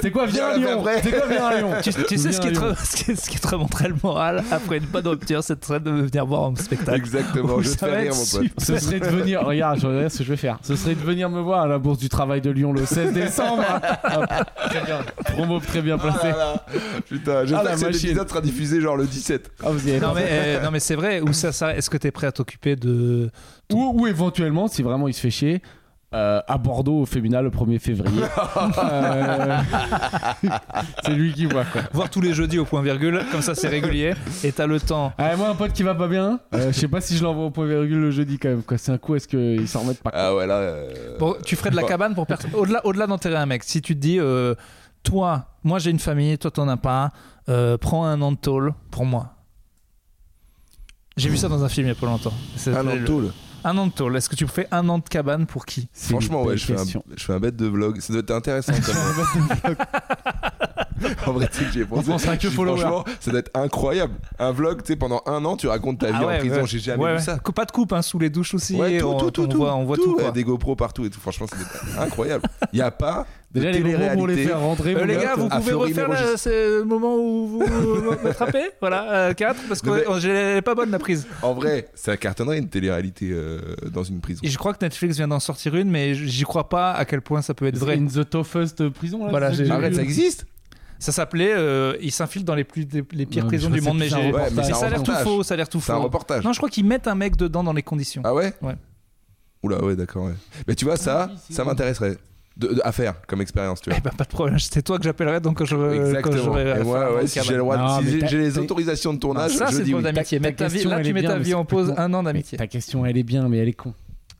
C'est quoi, viens à Viens Lyon après. C'est quoi, viens à Lyon Tu, tu sais ce qui, te, Viens, Léo. [laughs] ce qui- ce qui te remonterait le moral après une bonne rupture, c'est de serait de venir voir un [laughs] spectacle. Exactement, Ouh, je vais te ça faire va rire, être mon pote. [laughs] Ce super. serait de venir, regarde, je regarde ce que je vais faire. Ce serait de venir me voir à la bourse du travail de Lyon le 16 [laughs] décembre. Hop, très bien. Promo très bien Ah placé. là là. Putain, Ah, j'espère la que cet machine. épisode sera diffusé genre le 17. Ah, vous y avez Non pensé. mais, euh, non, mais c'est vrai, où ça, ça est-ce que t'es prêt à t'occuper de... ou, ou éventuellement, si vraiment il se fait chier, euh, à Bordeaux au féminin le 1er [laughs] février. Euh, [laughs] C'est lui qui voit quoi. Voir tous les jeudis au point virgule, comme ça c'est régulier, et t'as le temps. Ah, et moi, un pote qui va pas bien, euh, je sais pas si je l'envoie au point virgule le jeudi quand même. quoi. C'est un coup, est-ce qu'il s'en remettent pas quoi. Ah ouais, là. euh, Bon, tu ferais de la bon. cabane pour personne. Au-delà au-delà d'enterrer un mec, si tu te dis, euh, toi, moi j'ai une famille, toi t'en as pas, euh, prends un an de tôle pour moi. J'ai vu ça dans un film il y a pas longtemps. C'est- Un an de tôle. Un an de tôle. Est-ce que tu fais un an de cabane pour qui C'est une Franchement, ouais, belle je fais, un, question. je fais un bête de vlog. Ça doit être intéressant. quand même. [laughs] en vrai, tu sais que j'y ai pensé. On pense à que J'ai dit, follower. Franchement, ça doit être incroyable. Un vlog, tu sais, pendant un an, tu racontes ta vie Ah ouais, en prison. ouais. J'ai jamais Ouais, vu ouais. ça. Pas de coupe, hein, sous les douches aussi. Ouais, on, tout, tout, tout, on tout, voit, on voit tout. ouais, quoi. des GoPro partout et tout. Franchement, c'est incroyable. Il n'y a pas Déjà, de les gros vont les hein. télé-réalité. faire rentrer. Euh, mon les gars, gars, vous à pouvez Fleury refaire Mérogis. là, c'est le moment [laughs] où vous m'attrapez Voilà, 4, parce que Non, mais- euh, j'ai- elle est pas bonne la prise. En vrai, ça cartonnerait une télé-réalité euh, dans une prison. Et je crois que Netflix vient d'en sortir une, mais j'y crois pas à quel point ça peut être C'est vrai. In the toughest prison, là. Voilà, c'est j'ai- que Arrête, vu. ça existe Ça s'appelait euh, Il s'infile dans les, plus, les pires Non, mais prisons je du sais monde, que mais c'est un j'ai. reportage. Ouais, mais c'est ça un a l'air tout reportage. faux, ça a l'air tout C'est un faux. reportage. Non, je crois qu'ils mettent un mec dedans dans les conditions. Ah ouais Ouais. Oula, ouais, d'accord. ouais. Mais tu vois, ça, oui, si, ça oui. m'intéresserait de, de- à faire comme expérience, tu vois. Eh ben, pas de problème, [laughs] c'est toi que j'appellerai donc quand je- Euh, quand Exactement. j'aurai. Et moi, affaire ouais, au si cabane. j'ai le droit, de- Non, si mais j'ai- t'as- j'ai les t'as- autorisations de Non, tournage, Ah, ça, je c'est dis drôle oui. d'amitié. Ta- ta Mettre ta vie- question, Là, elle tu est mets bien, ta mais vie c'est en pause complètement- un an d'amitié. Ta question, elle est bien, mais elle est con.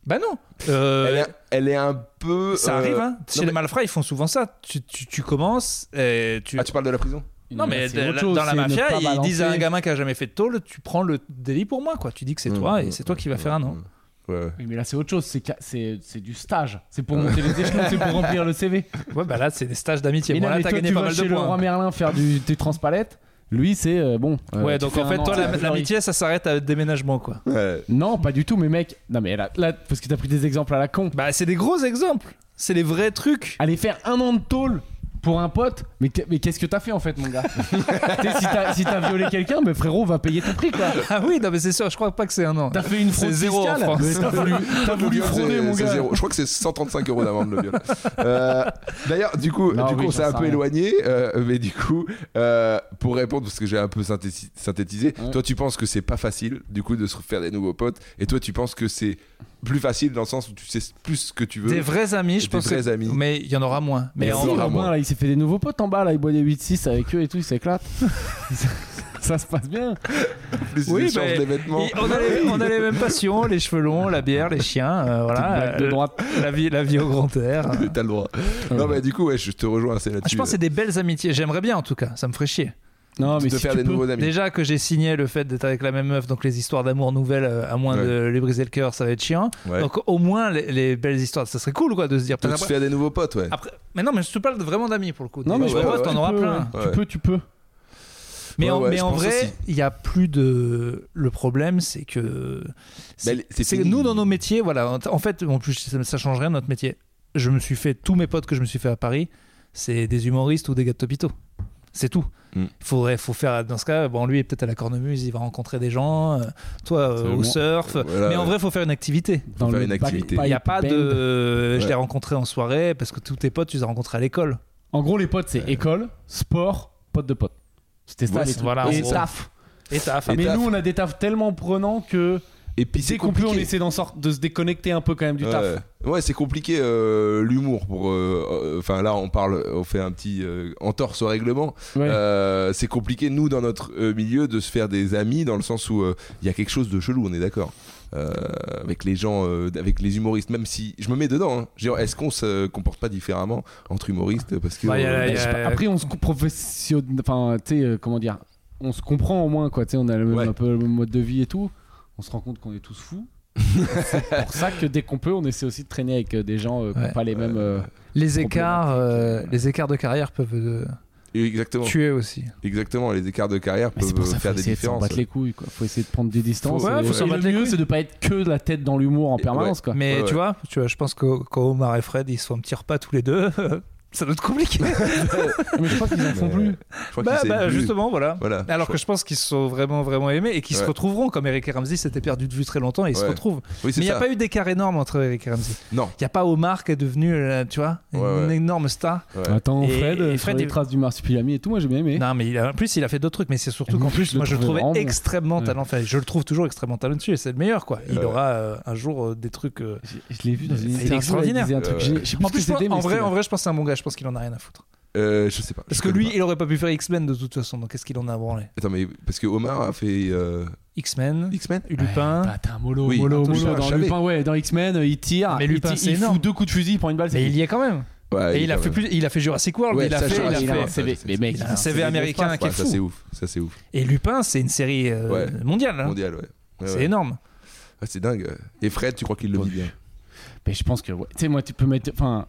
Bah non Euh, Elle est, elle est un peu. Ça euh, arrive, hein. Chez mais- les malfrats, ils font souvent ça. Tu, tu, tu commences, et tu. Ah, tu parles de la prison Non, mais C'est dans autre la- chose, dans la c'est ne pas mafia, ils balancer. disent à un gamin qui a jamais fait de tôle, tu prends le délit pour moi, quoi. Tu dis que c'est Mmh, toi, mmh, et c'est toi qui vas mmh, faire un an. mmh. Ouais, ouais. Oui, mais là, c'est autre chose. C'est ca- C'est c'est du stage. C'est Euh. pour monter les échelons, c'est pour remplir le CV. mm. Ouais, bah là, c'est des stages d'amitié. Mais Bon, non, là, mais t'as toi, gagné tu pas vas mal chez de Laurent points. hein. Merlin faire du, du transpalette. Lui, c'est euh, bon. euh, Ouais, tu donc fais en fait, un an toi, à la- Fleury. l'amitié, ça s'arrête à déménagement, quoi. Ouais. Non, pas du tout, mais mec. Non, mais là, là, parce que t'as pris des exemples à la con. Bah, c'est des gros exemples. C'est les vrais trucs. [laughs] Aller faire un an de tôle pour un pote, mais, t'es- mais qu'est-ce que t'as fait en fait, mon [laughs] gars T'sais, Si t'as si t'as violé quelqu'un, mais frérot, va payer ton prix, quoi. Ah oui, non, mais c'est sûr, je crois pas que c'est un an. T'as fait une fraude C'est zéro en fiscale, France. mais [laughs] t'as voulu, t'as Le voulu viol, frauder, c'est- mon c'est gars. zéro. Je crois que c'est 135 euros d'amende [laughs] le viol. Euh, D'ailleurs, du coup, Non, du coup, oui, on j'en s'est un sais peu rien. éloigné, euh, mais du coup, euh, pour répondre, parce que j'ai un peu synthéti- synthétisé, Ouais. toi, tu penses que c'est pas facile, du coup, de se faire des nouveaux potes, et toi, tu penses que c'est plus facile dans le sens où tu sais plus ce que tu veux. Des vrais amis, Et je des pense. que- vrais amis. Mais il y en aura moins. Mais Mais Des en vrais si, aura Robin, moins. là, il s'est fait des nouveaux potes en bas, là, il boit des 8-6 avec eux et tout, [laughs] il s'éclate. ça se passe bien. plus Oui, ils échangent mais- des vêtements. Et on, a les, on a les mêmes passions, les cheveux longs, la bière, les chiens, euh, voilà. Ah, Blague de Euh, droite. Euh, la, vie, la vie au grand air. [laughs] T'as le droit. Non, mais du coup, ouais, je te rejoins assez Ah, là-dessus. euh, je pense que c'est des belles amitiés. J'aimerais bien en tout cas, ça me ferait chier. Non, de mais te si faire tu des peux- nouveaux amis. Déjà que j'ai signé le fait d'être avec la même meuf, donc les histoires d'amour nouvelles, euh, à moins Ouais. de lui briser le cœur, ça va être chiant. Ouais. Donc au moins les, les belles histoires, ça serait cool quoi de se dire. De Après, se faire des nouveaux potes, ouais. après- mais non, mais je te parle vraiment d'amis pour le coup. Non, mais Ouais, je ouais, pense ouais, que on tu en aura peux, plein. ouais. Ouais. Tu peux, tu peux. Mais, Ouais, en, ouais, mais je en pense aussi. vrai, il n'y a plus de. Le problème, c'est que. C'est Bah, c'est c'est que fini. nous, dans nos métiers, voilà. En fait, en plus, ça, ça change rien, notre métier. Je me suis fait. Tous mes potes que je me suis fait à Paris, c'est des humoristes ou des gars de Topito. C'est tout. Mm. Faudrait, faut faire. Dans ce cas, bon, lui, est peut-être à la cornemuse, il va rencontrer des gens. euh, toi, euh, C'est au bon. surf. Voilà, mais en ouais. vrai, faut faire une activité. Dans faire le une back- activité. pipe Il n'y a pas band. de. Je Ouais. l'ai rencontré en soirée parce que tous tes potes, tu les as rencontrés à l'école. En gros, les potes, c'est école, sport, potes de potes. C'était ça, Ouais, les c'est- trucs. voilà, en Et gros. taf. Et t'as la femme. Et mais taf. nous, on a des tafs tellement prenants que Et puis c'est dès qu'on peut, on compliqué. essaie d'en sorte de se déconnecter un peu quand même du taf. Ouais, ouais, c'est compliqué euh, l'humour pour. euh, euh, Enfin là, on parle, on fait un petit euh, entorse au règlement. Ouais. Euh, c'est compliqué nous dans notre euh, milieu de se faire des amis dans le sens où euh, il y a quelque chose de chelou, on est d'accord. Euh, avec les gens, euh, avec les humoristes, même si je me mets dedans. hein. Genre, Est-ce qu'on se comporte pas différemment entre humoristes parce que Bah, y a- euh, y a- Je sais pas, Après, on se professionne. Enfin, tu sais, euh, comment dire On se comprend au moins, quoi. Tu sais, on a le même, Ouais. un peu le même mode de vie et tout. On se rend compte qu'on est tous fous. c'est pour ça que dès qu'on peut, on essaie aussi de traîner avec euh, des gens euh, qui n'ont Ouais. pas les mêmes. euh, Les écarts, euh, les écarts de carrière peuvent euh, exactement, tuer aussi. exactement, les écarts de carrière Mais peuvent c'est pour ça euh, faire faut des essayer de s'en différences. battre les couilles, quoi. Faut essayer de prendre des distances. Ouais, et- faut s'en et battre le les mieux, couilles. c'est de pas être que de la tête dans l'humour en Et- permanence, quoi. Mais Ouais, tu, ouais. vois, tu vois, je pense que quand Omar et Fred ils se font un petit repas tous les deux, [laughs] ça doit être compliqué. Mais je crois qu'ils en font Mais- plus. Je crois qu'ils bah, savent bah, plus. justement, voilà. Voilà. Alors que je pense qu'ils se sont vraiment, vraiment aimés et qu'ils se Ouais. retrouveront comme Eric et Ramsey s'étaient perdus de vue très longtemps et ils se Ouais. retrouvent. Oui, Mais c'est il n'y a ça. pas eu d'écart énorme entre Eric et Ramsey. Non. Il n'y a pas Omar qui est devenu, euh, tu vois, Ouais, une ouais. énorme star. Ouais. Attends, Et- Fred, et euh, sur Fred, les il- traces du marsupilami et tout, moi j'ai bien aimé. Non, mais il a- en plus, il a fait d'autres trucs, mais c'est surtout Et qu'en moi, plus, je le moi, je le trouvais trouvais vraiment bon. extrêmement Ouais. talentueux. Enfin, je le trouve toujours extrêmement talentueux, c'est le meilleur, quoi. Il Ouais. aura euh, un jour euh, des trucs. euh, Je, je l'ai vu dans C'est une interview. extraordinaire. Il disait un truc Euh, génial. Je sais plus En ce que plus, je pense- c'était, mais en vrai, c'était- en vrai, je pense que c'est un bon gars. Je pense qu'il en a rien à foutre. Euh, je sais pas. Parce je que connais lui, pas. il aurait pas pu faire X-Men de toute façon. Donc qu'est-ce qu'il en a à branler Attends, mais parce que Omar a fait euh, X-Men, X-Men Lupin. Bah, t'as un mollo, Oui, mollo, attends, mollo. je Dans savais. Lupin, ouais, dans X-Men, euh, il tire. Mais il Lupin, tire- c'est il énorme. fout deux coups de fusil, il prend une balle. mais c'est- il y est quand même. Ouais, Et il a quand fait même. plus, il a fait Jurassic World. Ouais, il a ça, fait, je il a sais, ouais, il a un ouais, fait- CV. ça, Mais mec, il a un CV de américain l'espace. qui est Ouais, ça fou. c'est ouf, ça c'est ouf. Et Lupin, c'est une série euh, Ouais. mondiale. hein. Mondial, ouais. Ouais, C'est ouais. énorme. Ouais, c'est dingue. Et Fred, tu crois qu'il le vit bien Mais je pense que, ouais, tu sais, moi, tu peux mettre. Enfin.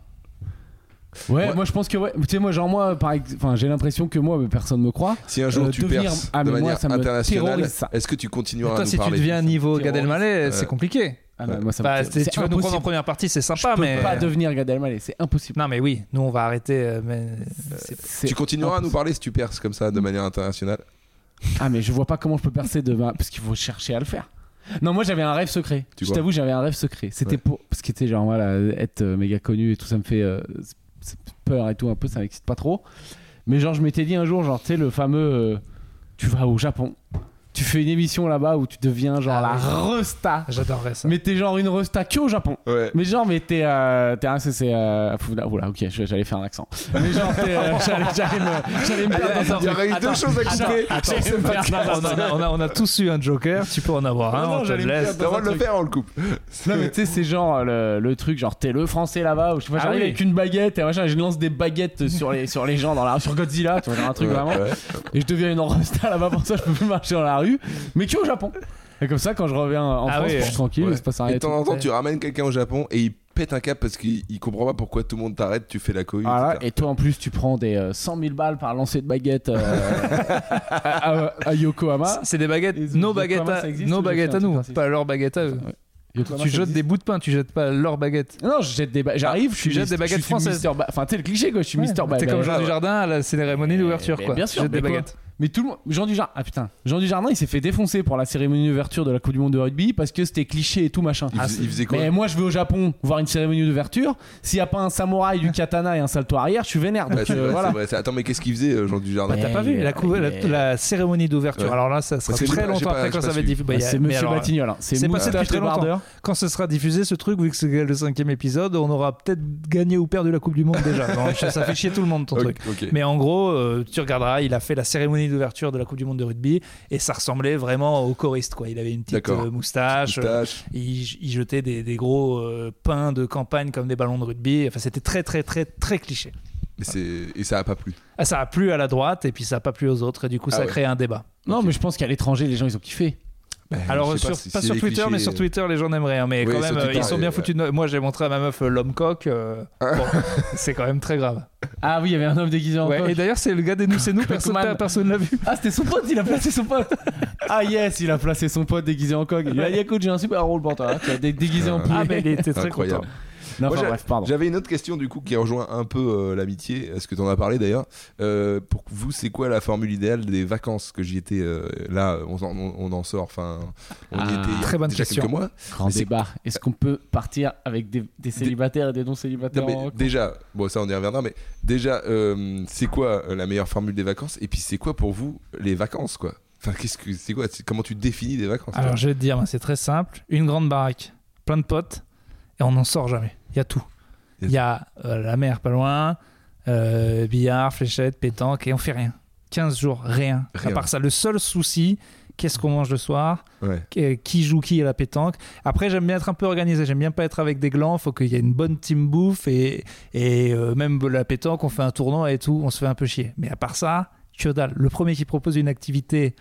Ouais, Ouais. moi je pense que ouais. Tu sais, moi, genre, moi, par ex- enfin, j'ai l'impression que moi, mais personne me croit. Si un jour Euh, tu devenir- perces Ah, de mais moi, manière ça me internationale, terrorise, ça. est-ce que tu continueras à Toi, nous si tu parler deviens niveau Terroriste. Gad Elmaleh, c'est Ouais. compliqué. Ah, non, moi, ça me- Bah, c'est c'est- tu vas nous prendre en impossible. première partie, c'est sympa, Je mais euh, peux pas devenir Gad Elmaleh, c'est impossible. non, mais oui, nous on va arrêter. euh, Mais c'est- C'est- Tu continueras à nous parler si tu perces comme ça de manière internationale. Ah mais je vois pas comment je peux percer de ma... parce qu'il faut chercher à le faire. Non, moi j'avais un rêve secret. Tu je vois. t'avoue, j'avais un rêve secret. C'était Ouais. pour parce que tu sais genre voilà, être euh, méga connu et tout ça me fait euh, c'est- peur et tout un peu, ça m'excite pas trop. Mais genre je m'étais dit un jour genre tu sais le fameux euh, tu vas au Japon, tu fais une émission là-bas où tu deviens genre Ah la oui. resta. j'adorerais ça. Mais t'es genre une resta que au Japon. Ouais. Mais, Mais genre, mais t'es. Euh, t'es un- c'est- c'est, euh, fou- là, oula, ok, je- j'allais faire un accent. Mais genre, t'es, [laughs] euh, j'allais, j'allais me. J'allais me perdre dans un il y truc. aurait eu deux Attends, choses à attends, couper. [laughs] attends, sur ce j'allais me perdre dans un on, a, on a- on a tous eu un Joker, tu peux en avoir un, Non, non, on te j'allais le me laisse. dire, T'as le droit de le truc. faire, on le coupe. Non mais tu sais c'est genre euh, le, le truc genre t'es le français là-bas ou je sais pas Ah j'arrive oui. avec une baguette et machin et je lance des baguettes sur les sur les gens dans la sur Godzilla tu vois genre un truc Ouais, vraiment ouais. et je deviens une enresta là-bas pour ça je peux plus marcher dans la rue mais qui au Japon et comme ça quand je reviens en Ah France oui. je suis tranquille Ouais. il se passe Et rien de et temps tout. en temps, tu ramènes quelqu'un au Japon et il pète un cap parce qu'il il comprend pas pourquoi tout le monde t'arrête, tu fais la cohue. Voilà, etc. et toi en plus tu prends des euh, 100 000 balles par lancer de baguette euh, [laughs] à, à- à C'est- Yokohama C'est des Ils baguettes, ont nos dit baguettes, comment ça à, existe, nos je baguettes sais, à un nous, truc pas leurs baguettes à eux. Yokohama, Tu ça jettes existe. des bouts de pain, tu jettes pas leurs baguettes. non, je jette des ba- J'arrive, je suis jettes des baguettes je suis françaises. Mister Ba- Enfin, tu sais le cliché quoi, je suis Ouais. Mister Bah, T'es Baguette. comme Jean ouais. du Jardin à la cérémonie d'ouverture, mais quoi. bien sûr, Tu jettes des mais quoi. baguettes. Mais tout le monde, Jean Dujardin, ah putain, Jean Dujardin il s'est fait défoncer pour la cérémonie d'ouverture de la Coupe du Monde de rugby parce que c'était cliché et tout machin. Il, faisait, il ah, faisait quoi mais moi je vais au Japon voir une cérémonie d'ouverture, s'il n'y a pas un samouraï, du katana et un salto arrière, je suis vénère. Ouais, Donc c'est euh, vrai, c'est voilà. vrai, c'est- Attends, mais qu'est-ce qu'il faisait, euh, Jean Dujardin Bah, T'as pas vu Mais- la, cou- la- mais- la cérémonie d'ouverture. Ouais. Alors là, ça sera c'est très pas- j'ai longtemps pas- après j'ai quand ça pas va être suivi. diffusé. Bah, Bah, y a- c'est mais Monsieur alors, Batignol, hein. c'est c'est pas moustache sorti depuis de très longtemps. bardeur. Quand ce sera diffusé ce truc, vu que c'est le cinquième épisode, on aura peut-être gagné ou perdu la Coupe du Monde [laughs] déjà. Donc, ça fait chier tout le monde ton Ok, truc. ok. Mais en gros, euh, tu regarderas, il a fait la cérémonie d'ouverture de la Coupe du Monde de rugby et ça ressemblait vraiment au choriste. Quoi. Il avait une petite D'accord. euh, moustache, euh, Moustache. il, il jetait des, des gros euh, pains de campagne comme des ballons de rugby. Enfin, c'était très, très, très, très cliché. Mais c'est- Et ça a pas plu. Ah, Ça a plu à la droite et puis ça a pas plu aux autres et du coup, Ah ça ouais. a créé un débat. Non, Ok. mais je pense qu'à l'étranger, les gens ils ont kiffé. Alors, Eh, je sais sur- pas pas, si- si sur les Twitter, clichés- mais sur Twitter, les gens n'aimeraient. hein, mais Oui, quand sur même, euh, Twitter, ils sont ouais. bien Ah. foutus de no- Moi, j'ai montré à ma meuf euh, l'homme coq. euh, bon, [laughs] c'est quand même très grave. Ah oui, il y avait un homme déguisé en Ouais, coq. et d'ailleurs, c'est le gars des Nous, c'est nous, personne Cockman. personne l'a vu. Ah, c'était son pote, il a placé son pote. Ah yes, il a placé son pote déguisé en coq. Il a dit écoute, j'ai un super rôle pour toi, hein. tu as dé- déguisé en poulet. Ah, mais il [laughs] était très Incroyable. content. Non, Moi, enfin, j'ai- bref, pardon. J'avais une autre question du coup qui rejoint un peu euh, l'amitié, ce que tu en as parlé d'ailleurs. Euh, pour vous, c'est quoi la formule idéale des vacances que j'y étais euh, là On en, on- on en sort, enfin, on y Ah, était il y a très bonne déjà question. quelques mois. Grand Mais c'est- débat. Est-ce qu'on peut partir avec des, des célibataires et des non-célibataires Non, mais en vacances déjà, bon ça on y reviendra, mais déjà, euh, c'est quoi euh, la meilleure formule des vacances Et puis c'est quoi pour vous les vacances quoi Enfin, qu'est-ce que c'est quoi C'est- Comment tu définis des vacances Alors, toi je vais te dire, moi, c'est très simple. Une grande baraque, plein de potes, et on n'en sort jamais. Il y a tout. Il y a euh, la mer pas loin, euh, billard, fléchette, pétanque, et on fait rien. 15 jours, rien. Rien. À part ça, le seul souci, qu'est-ce qu'on mange le soir Ouais. Qu- Qui joue qui à la pétanque Après, j'aime bien être un peu organisé. J'aime bien pas être avec des glands. Faut qu'il y ait une bonne team bouffe et, et euh, même la pétanque, on fait un tournoi et tout. On se fait un peu chier. Mais à part ça, que dalle. Le premier qui propose une activité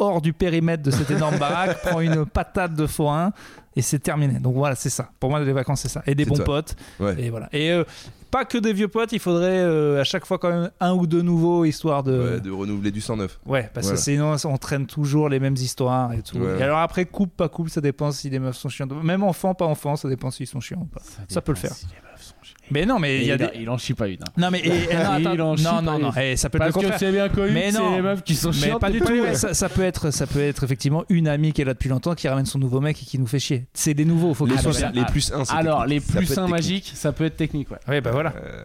hors du périmètre de cette [laughs] énorme baraque prend une patate de forain et c'est terminé. Donc voilà, c'est ça. Pour moi, les vacances, c'est ça. Et des C'est bons toi. potes. Ouais. Et voilà. Et euh, pas que des vieux potes, il faudrait euh, à chaque fois quand même un ou deux nouveaux histoire de. Ouais, de renouveler du 109. Ouais, parce Voilà. que sinon on traîne toujours les mêmes histoires et tout. Ouais. Et alors après, couple, pas couple, ça dépend si les meufs sont chiantes. Même enfant, pas enfant, ça dépend s'ils sont chiants ou pas. ça peut le faire. si les meufs sont chiantes. Mais non, mais Et il y a il, des. il en chie pas une. hein. Non, [laughs] mais. et- et non, Il attends, en chie non, pas non, une. non, eh, ça peut être le Parce que contraire. c'est bien connu, Mais que c'est non. les meufs qui sont Mais chiantes. pas du tout. ouais. Ça, ça peut être, ça peut être effectivement une amie qui est là depuis longtemps, qui ramène son nouveau mec et qui nous fait chier. C'est des nouveaux, faut Les, qu'ils Ah, bah, soient plus, bien. ça- les plus 1, c'est Alors, les technique. Ça peut plus être 1 technique. magiques, ça peut être technique, ouais. Ouais, bah voilà. Euh,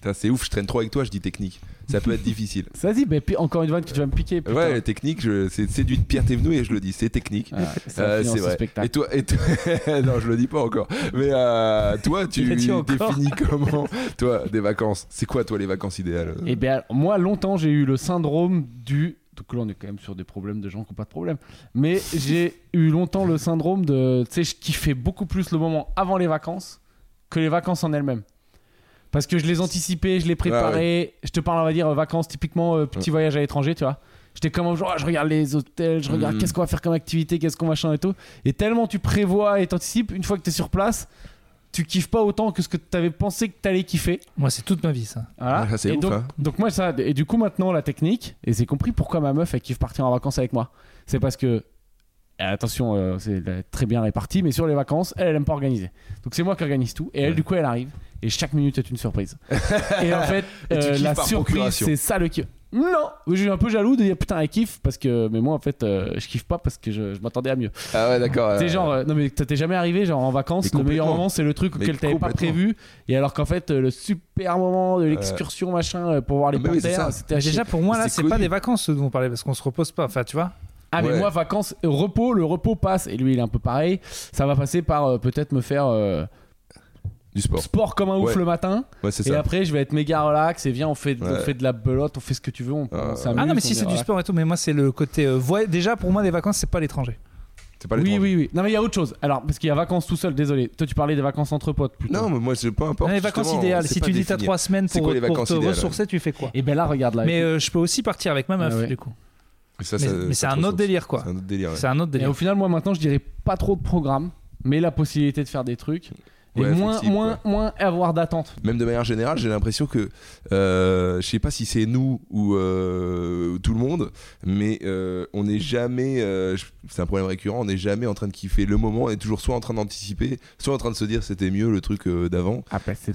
putain, c'est ouf, je traîne trop avec toi, je dis technique. Ça peut être difficile. Ça dit, mais puis encore une vanne que tu vas me piquer. putain. Ouais, technique, je- c'est séduit de Pierre Thévenoud et je le dis, c'est technique. Ah, ça Euh, finance c'est ce vrai. spectacle. Et toi, et toi- [laughs] non, je le dis pas encore. Mais euh, toi, tu Il [laughs] a dit encore. définis comment, toi, des vacances. C'est quoi, toi, les vacances idéales Eh bien, moi, longtemps, j'ai eu le syndrome du. Donc là, on est quand même sur des problèmes de gens qui n'ont pas de problème. Mais j'ai eu longtemps le syndrome de. Tu sais, je kiffais beaucoup plus le moment avant les vacances que les vacances en elles-mêmes. Parce que je les anticipais, je les préparais. Je te parle, on va dire, euh, vacances, typiquement euh, petit voyage à l'étranger, tu vois. J'étais comme genre, Ah, je regarde les hôtels, je regarde Mhm. qu'est-ce qu'on va faire comme activité, qu'est-ce qu'on machin et tout. Et tellement tu prévois et t'anticipes, une fois que tu es sur place, tu- tu kiffes pas autant que ce que t'avais pensé que t'allais kiffer. Moi, c'est toute ma vie, ça. Voilà. Ah, ça, c'est et ouf, donc, hein. donc moi ça et du coup maintenant la technique et c'est compris pourquoi ma meuf elle kiffe partir en vacances avec moi. C'est parce que et attention euh, c'est la- très bien réparti mais sur les vacances elle elle aime pas organiser. Donc c'est moi qui organise tout et elle Ouais. du coup elle arrive et chaque minute est [laughs] une surprise. et en fait Et tu euh, kiffes la par surprise procuration. c'est ça le kiff. Non, je suis un peu jaloux de dire putain elle kiffe parce que mais moi en fait euh, je kiffe pas parce que je, je m'attendais à mieux. Ah ouais, d'accord. T'es euh, genre, euh, non mais t'es jamais arrivé genre en Mais vacances, le meilleur complètement. moment c'est le truc Mais auquel t'avais pas complètement. Euh, prévu, et alors qu'en fait euh, le super moment de l'excursion machin euh, pour voir les Ah, Mais oui, c'est panthères, ça. c'était à Mais chier. déjà, pour moi, là, C'est c'est connu. pas des vacances ce dont on parlait parce qu'on se repose pas. Enfin, tu vois. Ah mais Ouais. moi vacances, euh, repos, le repos passe, et lui il est un peu pareil, ça va passer par euh, peut-être me faire euh, Du sport. sport comme un ouf Ouais. le matin, Ouais, c'est et ça. après je vais être méga relax, et viens on fait, on Ouais. fait de la belote, on fait ce que tu veux, on, Ah, on ouais. s'amuse, Ah non, mais on est si c'est du relax. sport et tout, mais moi, c'est le côté. euh, voy- Déjà, pour moi, les vacances, c'est pas l'étranger. C'est pas Oui, l'étranger. oui, oui. Non, mais il y a autre chose. Alors, parce qu'il y a vacances tout seul, désolé. Toi, tu parlais des vacances entre potes plutôt. Non, mais moi, c'est peu importe. Ah, les vacances justement, idéales. c'est Si pas tu dis t'as définir. trois semaines C'est pour, quoi les pour vacances te idéales ressourcer, tu fais quoi Et ben là, regarde là. Mais euh, je peux aussi partir avec ma meuf, Ah ouais. du coup. Et ça, Mais, ça- mais c'est ça un te autre délire, quoi. C'est un autre délire. ouais. C'est un autre Et au délire. final, moi maintenant, je dirais pas trop de programme, mais la possibilité de faire des trucs. Et Ouais, moins, flexible, moins, moins avoir d'attente. Même de manière générale, j'ai l'impression que euh, je sais pas si c'est nous ou euh, tout le monde, mais euh, on n'est jamais. euh, je- c'est un problème récurrent. On n'est jamais en train de kiffer le moment. On est toujours soit en train d'anticiper, soit en train de se dire c'était mieux le truc euh, d'avant. c'est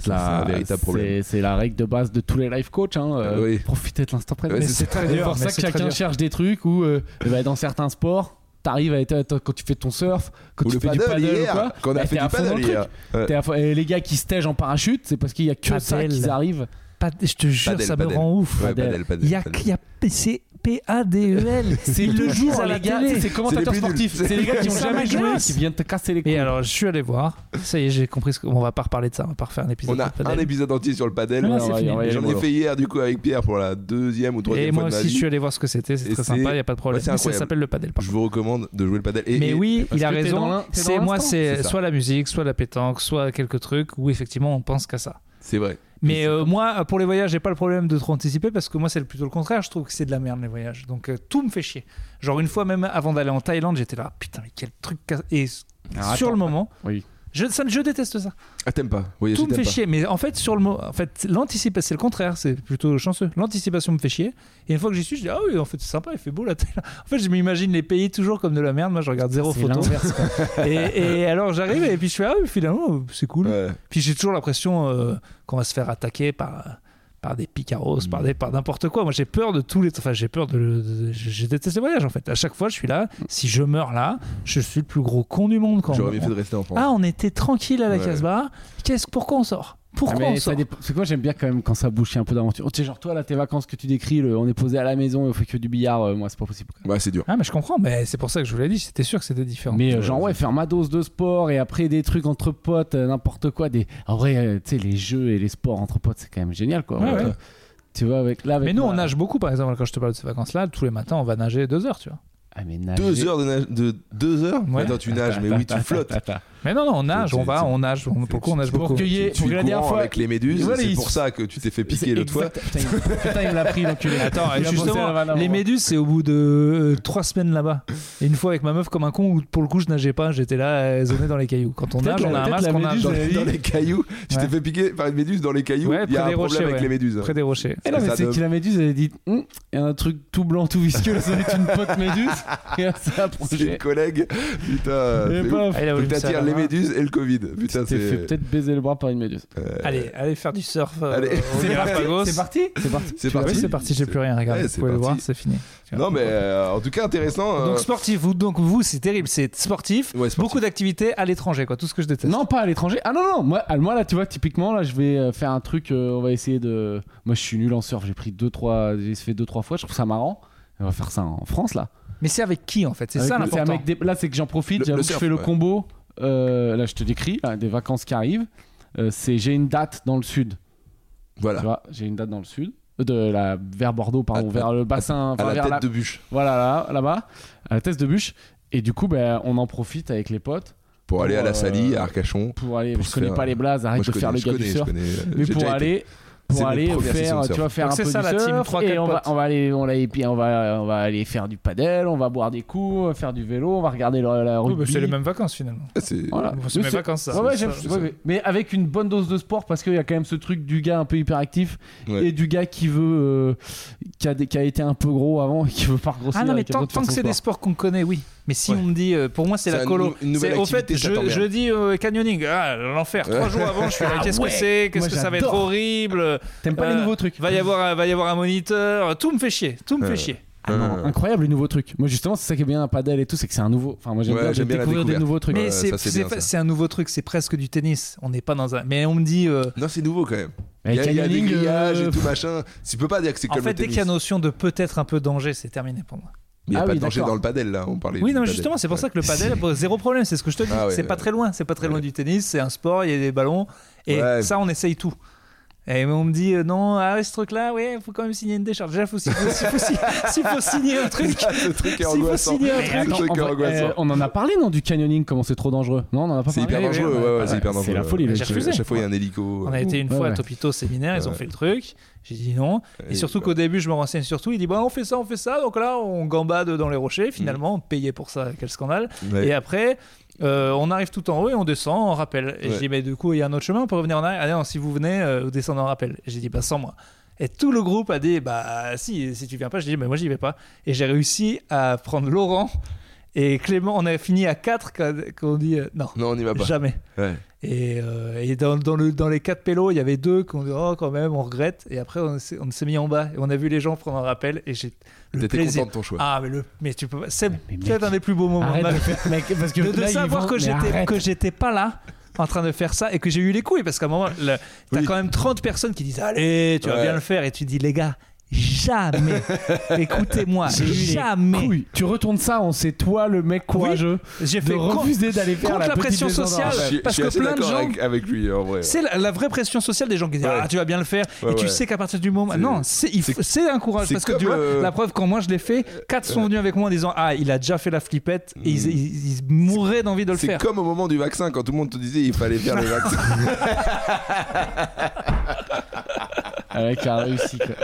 Ça, c'est un véritable problème. C'est la règle de base de tous les life coach. Hein, euh, Euh, oui. Profitez de l'instant présent. Ouais, Mais c'est c'est ça. très dur, pour mais ça que c'est très chacun dur. cherche des trucs où, euh, eh ben, dans certains sports, t'arrives à être, être- quand tu fais ton surf, quand Ou tu le fais du paddle paddle ou hier, quoi. qu'on bah, a fait t'es à du fond dans le paddle hier. truc. T'es à fond- et les gars qui stègent en parachute, c'est parce qu'il y a que ça Paddle. qu'ils arrivent. Pas- Je te jure, Padel, ça me padel. rend ouf. Ouais, Padel. padel, padel, Il y a, padel. il y a c'est [laughs] P-A-D-E-L. C'est le jour, les gars. tu sais, C'est C'est les commentateur plus nuls. sportif. C'est les gars qui ont Ça jamais joué, m'agace. qui viennent te casser les couilles. Et alors, je suis allé voir. Ça y est, j'ai compris. Ce que... On va pas reparler de ça. On va pas refaire un épisode. On a de padel. un épisode entier sur le padel. Ouais, Là, on c'est va- fini. on va y aller, J'en ai Molo. fait hier du coup avec Pierre pour la deuxième ou troisième Et fois moi de ma aussi, je vie. suis allé voir ce que c'était. C'est Et très c'est- sympa. Il y a pas de problème. Ouais, c'est Mais ça incroyable. s'appelle le padel. Par Je contre. vous recommande de jouer le padel. Et, Mais et- oui, parce il a que t'es dans l'in- raison. t'es dans C'est moi, l'instant. C'est c'est ça. soit la musique, soit la pétanque, soit quelques trucs où effectivement on pense qu'à ça. c'est vrai. Mais euh, moi, pour les voyages, j'ai pas le problème de trop anticiper parce que moi, c'est plutôt le contraire. Je trouve que c'est de la merde les voyages. Donc euh, tout me fait chier. Genre une fois même avant d'aller en Thaïlande, j'étais là, putain, mais quel truc. casse- Et Ah, sur attends. le moment, Oui. je, ça, je déteste ça. Ah t'aimes pas. Voyager, Tout me t'aimes fait pas. chier, mais en fait, sur le mot, en fait, l'anticipation, c'est le contraire, c'est plutôt chanceux. L'anticipation me fait chier, et une fois que j'y suis, je dis ah oui, en fait, c'est sympa, il fait beau la Thaïlande. En fait, je m'imagine les pays toujours comme de la merde. Moi, je regarde zéro C'est photo. l'inverse, et, et alors, j'arrive, et puis je fais ah oui, finalement, c'est cool. Ouais. Puis j'ai toujours l'impression euh, qu'on va se faire attaquer par par des picaros, par Mm. des par n'importe quoi. Moi, j'ai peur de tous les, enfin, j'ai peur de, de- je je déteste les voyages en fait. À chaque fois, je suis là. Si je meurs là, je suis le plus gros con du monde quand. Mm. J'aurais mieux fait de rester en France. Ah, on était tranquille à la Ouais. Casbah. Qu'est-ce, pourquoi on sort Ah, Pourquoi mais on ça sort dépend- C'est quoi, j'aime bien quand même quand ça bouge, il y a un peu d'aventure. Oh, tu sais, genre, toi, là, tes vacances que tu décris, le- on est posé à la maison et on fait que du billard, euh, moi, c'est pas possible. quoi. Ouais, Bah, c'est dur. Ah, mais je comprends, mais c'est pour ça que je vous l'ai dit. C'était sûr que c'était différent. Mais euh, genre, ouais, faire ma dose de sport et après des trucs entre potes, euh, n'importe quoi. Des... En vrai, euh, tu sais, les jeux et les sports entre potes, c'est quand même génial, quoi. Ouais, Euh, ouais. Tu vois, avec là, avec Mais nous, ma- on nage beaucoup, par exemple, quand je te parle de ces vacances-là, tous les matins, on va nager deux heures, tu vois. Ah, mais nager- Deux heures de nage. De... Deux heures Ouais. Attends, tu nages, mais oui, [laughs] tu [laughs] flottes. Mais non, non, on nage, C'est- on va, c'est- on nage, on, pour le coup, on nage Pour beaucoup. que y Tu ait- suis pour que la dernière courant fois. avec les méduses. Voilà, c'est il- pour ça que tu t'es fait piquer C'est l'autre fois. exact- Putain, il- putain, il me l'a pris, l'enculé. Attends, Il a pensé à la hein. vanne justement, avant les moi. méduses, c'est au bout de euh, trois semaines là-bas. Et une fois avec ma meuf comme un con, où pour le coup, je nageais pas, j'étais là, euh, zoné dans les cailloux. Quand on Peut-être nage, la- on a un peut-être masque, la on a un méduse, Dans, genre- elle- dans les cailloux. Tu Ouais. t'es fait piquer par une méduse dans les cailloux. Ouais, Il y près a un des problème rochers, avec ouais. les méduses. près des rochers. Et Eh non, mais Ça c'est donne- que la méduse, elle a dit Hum, il y a un truc tout blanc, tout visqueux, ça doit être une pote méduse. [laughs] Et elle s'est C'est une approchée. collègue. [laughs] Putain. Et c'est ouf. paf, Ah, il a voulu Donc me serrer t'attires la les main. méduses et le Covid. Putain, tu t'es fait c'est. peut-être baiser le bras par une méduse. euh, Allez, allez faire du surf. euh, Allez. au Galapagos. C'est parti C'est parti. C'est Tu l'as vu, parti. C'est parti, j'ai plus rien, regarde. Ouais, Vous c'est pouvez le parti. voir, c'est fini. Non, mais euh, en tout cas, intéressant. euh, Donc sportif, vous, donc vous, c'est terrible, c'est sportif. ouais, sportif. Beaucoup d'activités à l'étranger, quoi. Tout ce que je déteste. Non, pas à l'étranger. Ah non, non, moi, ah, moi là, tu vois, typiquement, là, je vais euh, faire un truc. euh, on va essayer de. Moi, je suis nul en surf. J'ai pris deux, trois. J'ai fait deux, trois fois. Je trouve ça marrant. On va faire ça en France, là. Mais c'est avec qui en fait C'est Avec ça le- l'important. avec des- Là, c'est que j'en profite. Le- j'avoue le que je surf, fais le ouais. combo. Euh, là, je te décris, là, des vacances qui arrivent. Euh, c'est j'ai une date dans le sud. Tu Voilà. vois, j'ai une date dans le sud. Euh, De la, vers Bordeaux, pardon, À- vers le bassin, À enfin, la vers tête la, de bûche. Voilà, là- là-bas, à la test de bûche. Et du coup, ben, on en profite avec les potes Pour aller à la Pour, Salie, euh, à Arcachon. pour aller. Pour je se connais faire- pas les blazes, arrête Moi, je de faire connais, le je gars du connais, je surf. connais. Mais J'ai pour déjà été. aller, C'est pour notre aller première session faire, de tu surf. vas faire Donc un c'est peu ça, du la team, surf trois, et quatre on va, potes. on va aller, on, l'a- et puis on va, on va aller faire du paddle, on va boire des coups, on va faire du vélo, on va regarder la, la Oui, rugby. bah, c'est les mêmes vacances finalement. C'est- Voilà. Bon, c'est Nous, mes c'est- vacances ça. Ouais, ouais, Ça, j'aime- ça. ouais, mais, mais avec une bonne dose de sport parce qu'il y a quand même ce truc du gars un peu hyperactif Ouais. et du gars qui veut euh, qui, a, des- qui a été un peu gros avant et qui veut pas regrossir. Ah non, et mais qui a besoin tant, de faire tant que son c'est des sport. sports qu'on connaît, oui. Mais si Ouais. on me dit, euh, pour moi, c'est C'est la un nou- colo. une nouvelle C'est- au fait, activité, ça je, t'emmerde. jeudi euh, canyoning, ah, l'enfer. Trois jours avant, je suis là, Ah qu'est-ce ouais. que c'est Qu'est-ce Moi, que ça va être j'adore. horrible T'aimes pas Euh, les nouveaux trucs Va y avoir, un- va y avoir un moniteur. Tout me fait chier. Tout me Ouais. fait chier. Ah non, Euh. incroyable les nouveaux trucs. Moi justement, c'est ça qui est bien un paddle et tout, c'est que c'est un nouveau. Enfin, moi j'aime Ouais, bien, j'aime bien la découvrir des découverte. nouveaux trucs. Ouais. Mais c'est- ça, c'est c'est bien, pas- ça. c'est un nouveau truc, c'est presque du tennis. On n'est pas dans un. Mais on me dit. euh, Non, c'est nouveau quand même. Mais Il y a, il y a des canyoning, grillages euh, et tout machin. Tu peux pas dire que c'est En comme fait, le dès qu'il tennis. y a notion de peut-être un peu danger, c'est terminé pour moi. Mais il n'y a Ah pas oui, de danger d'accord. dans le padel là, on parlait. Oui, du non, mais padel. justement, c'est pour Ouais. ça que le padel, bah, zéro problème, c'est ce que je te dis. Ah ouais, c'est ouais, pas ouais. très loin, c'est pas très loin Ouais. du tennis, c'est un sport, il y a des ballons, et Ouais. ça, on essaye tout. Et on me dit, euh, non, ah, ouais, ce truc-là, ouais, faut quand même signer une décharge. Déjà, faut, si- faut, si- faut si- [laughs] s'il faut signer un truc, Ce truc est s'il faut angoissant. signer un Mais [laughs] truc. attends, truc en est vrai, angoissant. euh, on en a parlé non du canyoning comment c'est trop dangereux non on en a pas C'est parlé hyper Ouais, ouais, dangereux, ouais, ouais, c'est ouais, hyper c'est dangereux. la folie, À les chaque refusés. à chaque fois, il y a un hélico. On a été une Ouais, fois ouais. à Topito au séminaire, ils Ouais. ont bah. fait le truc. J'ai dit non. Et surtout qu'au début, je me renseigne surtout. Il dit, bah, on fait ça, on fait ça. Donc là, on gambade dans les rochers. Finalement, on payait pour ça. Quel scandale. Et Ouais. après, euh, on arrive tout en haut et on descend en rappel. Et Ouais. je dis, mais du coup, il y a un autre chemin, on peut revenir en arrière. Ah non, si vous venez, euh, vous descendez en rappel. Et J'ai dit, bah sans moi. Et tout le groupe a dit, bah si, si tu viens pas, j'ai dit, bah moi j'y vais pas. Et j'ai réussi à prendre Laurent et Clément. On a fini à 4 quand, quand on dit, euh, non, Non, on n'y va pas. jamais. Ouais. Et, euh, et dans, dans le, dans les 4 pélos, il y avait deux qu'on dit, oh quand même, on regrette. Et après, on s'est on s'est mis en bas et on a vu les gens prendre un rappel. Et j'ai le T'étais plaisir. content de ton choix. Ah, mais, le, mais tu peux pas. C'est mais mec, peut-être un des plus beaux moments de arrête ma de faire- mec, parce que de, de là, ils savoir vont- que mais j'étais arrête. que j'étais pas là en train de faire ça et que j'ai eu les couilles parce qu'à un moment le- t'as Oui. quand même 30 personnes qui disent allez tu vas Ouais. bien le faire et tu dis les gars jamais écoutez-moi J'ai eu les jamais Couille. tu retournes ça on sait toi le mec courageux j'ai de fait con- refuser d'aller faire contre la petite pression descente en sociale. Je rappel. suis- je parce suis que assez plein de d'accord gens- avec, avec lui en vrai. c'est la, la vraie pression sociale des gens qui disent Ouais. ah tu vas bien le faire Ouais, et tu ouais. sais qu'à partir du moment C'est- non c'est il faut- c'est un courage c'est parce que comme, tu vois euh, la preuve quand moi je l'ai fait quatre sont venus avec moi en disant ah il a déjà fait la flippette et ils, Mm. ils- ils mouraient d'envie de le C'est faire comme au moment du vaccin, quand tout le monde te disait il fallait faire le vaccin. Ah ouais, qui a [laughs] réussi quoi.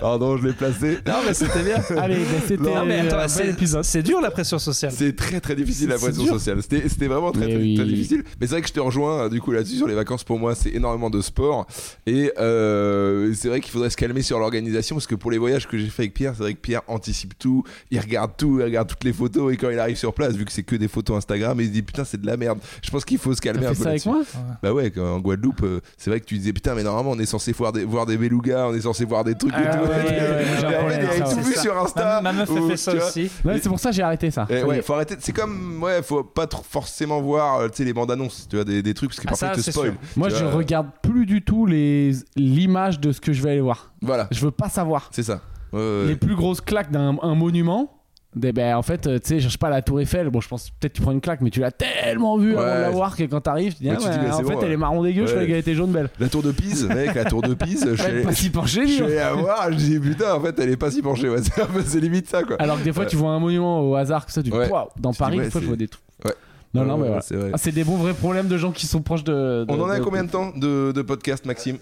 Pardon, je l'ai placé. non mais c'était bien allez ben, bah, c'était non mais un euh, attends bel c'est- épisode c'est dur la pression sociale C'est très très difficile la C'est- c'est pression dur. sociale. C'était c'était vraiment très Mais très, oui. très difficile. Mais c'est vrai que je te rejoins euh, du coup là-dessus sur les vacances. Pour moi, c'est énormément de sport et euh, c'est vrai qu'il faudrait se calmer sur l'organisation parce que pour les voyages que j'ai fait avec Pierre, c'est vrai que Pierre anticipe tout, il regarde tout, il regarde toutes les photos et quand il arrive sur place, vu que c'est que des photos Instagram, il se dit putain c'est de la merde. Je pense qu'il faut se calmer t'as un fait peu ça avec là-dessus. moi Bah ouais, quand- en Guadeloupe, euh, c'est vrai que tu disais putain, mais normalement on est censé voir des, voir des belugas, on est censé voir des trucs [laughs] et Ah tout. ouais, ouais, ouais, Et j'en en ai fait, il ça, avait tout ouais. vu sur Insta. Ma, ma meuf a ou, fait ça tu vois. aussi. ouais c'est pour ça que j'ai arrêté ça Eh Ça y ouais, est. faut arrêter. C'est comme, ouais, faut pas trop forcément voir, euh, tu sais, les bandes annonces, tu vois, des, des trucs parce que Ah, parfois ça, ils te c'est spoil. sûr. moi Tu je vois, regarde plus du tout les l'image de ce que je vais aller voir Voilà, je veux pas savoir c'est ça. Ouais, ouais, les plus grosses claques d'un un monument des- ben, en fait, euh, tu sais, cherche pas la Tour Eiffel. Bon, je pense peut-être tu prends une claque, mais tu l'as tellement vue avant de la Ouais. voir que quand t'arrives, tu dis, Ouais, ah, tu te dis, ouais, bah, en c'est fait, bon, elle ouais. est marron dégueu, je Ouais. croyais qu'elle était jaune belle. La tour de Pise, mec, la tour de [laughs] Pise, je Elle est suis pas allé- si penchée, [laughs] je dis suis donc. allé la voir, je dis putain, en fait, elle est pas si penchée, ouais, [laughs] c'est un peu- c'est limite ça, quoi. Ah, Alors que des fois, Ouais. tu vois un monument au hasard, comme ça, tu dis, Ouais. waouh, dans Tu dis, Paris, ouais, des fois, je c'est- vois des trucs. Ouais. Non, non, Ouais, mais voilà. c'est vrai. Ah, c'est des bons vrais problèmes de gens qui sont proches de. de- On en est à de- combien de temps de, de podcast, Maxime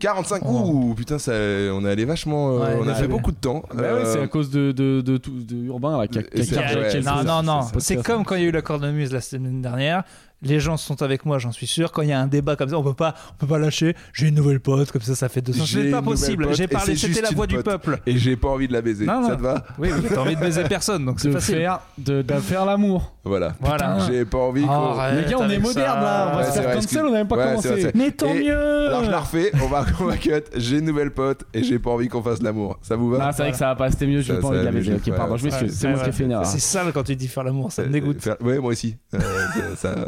45. 45 Ouh, putain, ça, on est allé vachement. euh, Oh. Ouais, on a ouais, fait ouais. beaucoup de temps. Euh, Bah ouais, c'est à cause de, de, de, tout- de Urbain là, qui a, qui a Et c'est- carjacké ouais, le c'est non, truc. ça, non, non. c'est ça. C'est Podcast. comme quand il y a eu la cornemuse la semaine dernière. Les gens sont avec moi, j'en suis sûr. Quand il y a un débat comme ça, on peut pas, on peut pas lâcher. J'ai une nouvelle pote, comme ça, ça fait 200. J'ai C'est pas une nouvelle possible. pote, J'ai et parlé, c'est c'était juste la voix une du pote. [laughs] peuple. Et j'ai pas envie de la baiser. Non, ça non. te va Oui, mais t'as envie de baiser personne, donc c'est de facile. faire, de, de faire l'amour. Voilà. Voilà. J'ai pas envie. qu'on- Arrête Les gars, on est avec moderne là, on va Ouais, se c'est faire vrai, cancel, excuse- on a même pas Ouais, c'est vrai, commencé. c'est vrai. Mais tant Et- mieux Alors je la refais, on va, on va cut. J'ai une nouvelle pote et j'ai pas envie qu'on fasse l'amour. Ça vous va Ah, c'est vrai que ça va pas, c'était mieux, je Ça- vais ça pas envie de la allait, baiser. je- Ok, ouais, pardon, je ouais, m'excuse, c'est moi ouais, qui ai fait une erreur. C'est sale quand tu dis faire l'amour, ça me Euh, dégoûte. faire- Ouais, moi aussi. Euh, ça- ça- ouais.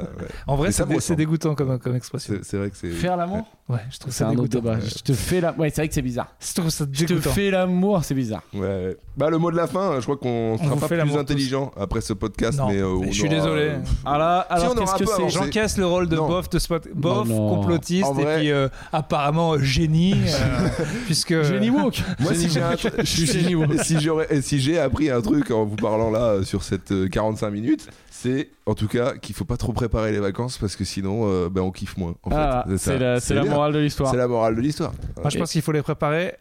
En vrai, Mais ça c'est me dé- ressemble. c'est dégoûtant comme, comme expression. C'est c'est vrai que c'est. Faire l'amour Ouais, je trouve C'est ça un autre dégoûtant. débat. Je te fais l'amour. Ouais, c'est vrai que c'est bizarre. Je trouve ça Je te hein. dégoûtant. fais l'amour, c'est bizarre. Ouais, ouais. Bah, le mot de la fin, je crois qu'on sera vous pas fait plus l'amour intelligent après ce podcast. Non, mais euh, on je suis aura- [laughs] désolé. Alors, là, alors on aura qu'est-ce que un peu c'est avancé. J'encaisse le rôle de Non. bof, de spot, bof, non. complotiste, En vrai- et puis euh, apparemment euh, génie, [laughs] euh, puisque Génie woke Moi, si j'ai un- suis génie woke. si j'aurais- et si j'ai appris un truc en vous parlant là euh, sur cette euh, 45 minutes, c'est en tout cas qu'il faut pas trop préparer les vacances parce que sinon, euh, ben, on kiffe moins. en Ah, fait. C'est ça. c'est la, c'est la bien. morale de l'histoire. C'est la morale de l'histoire. Moi, je pense qu'il faut les préparer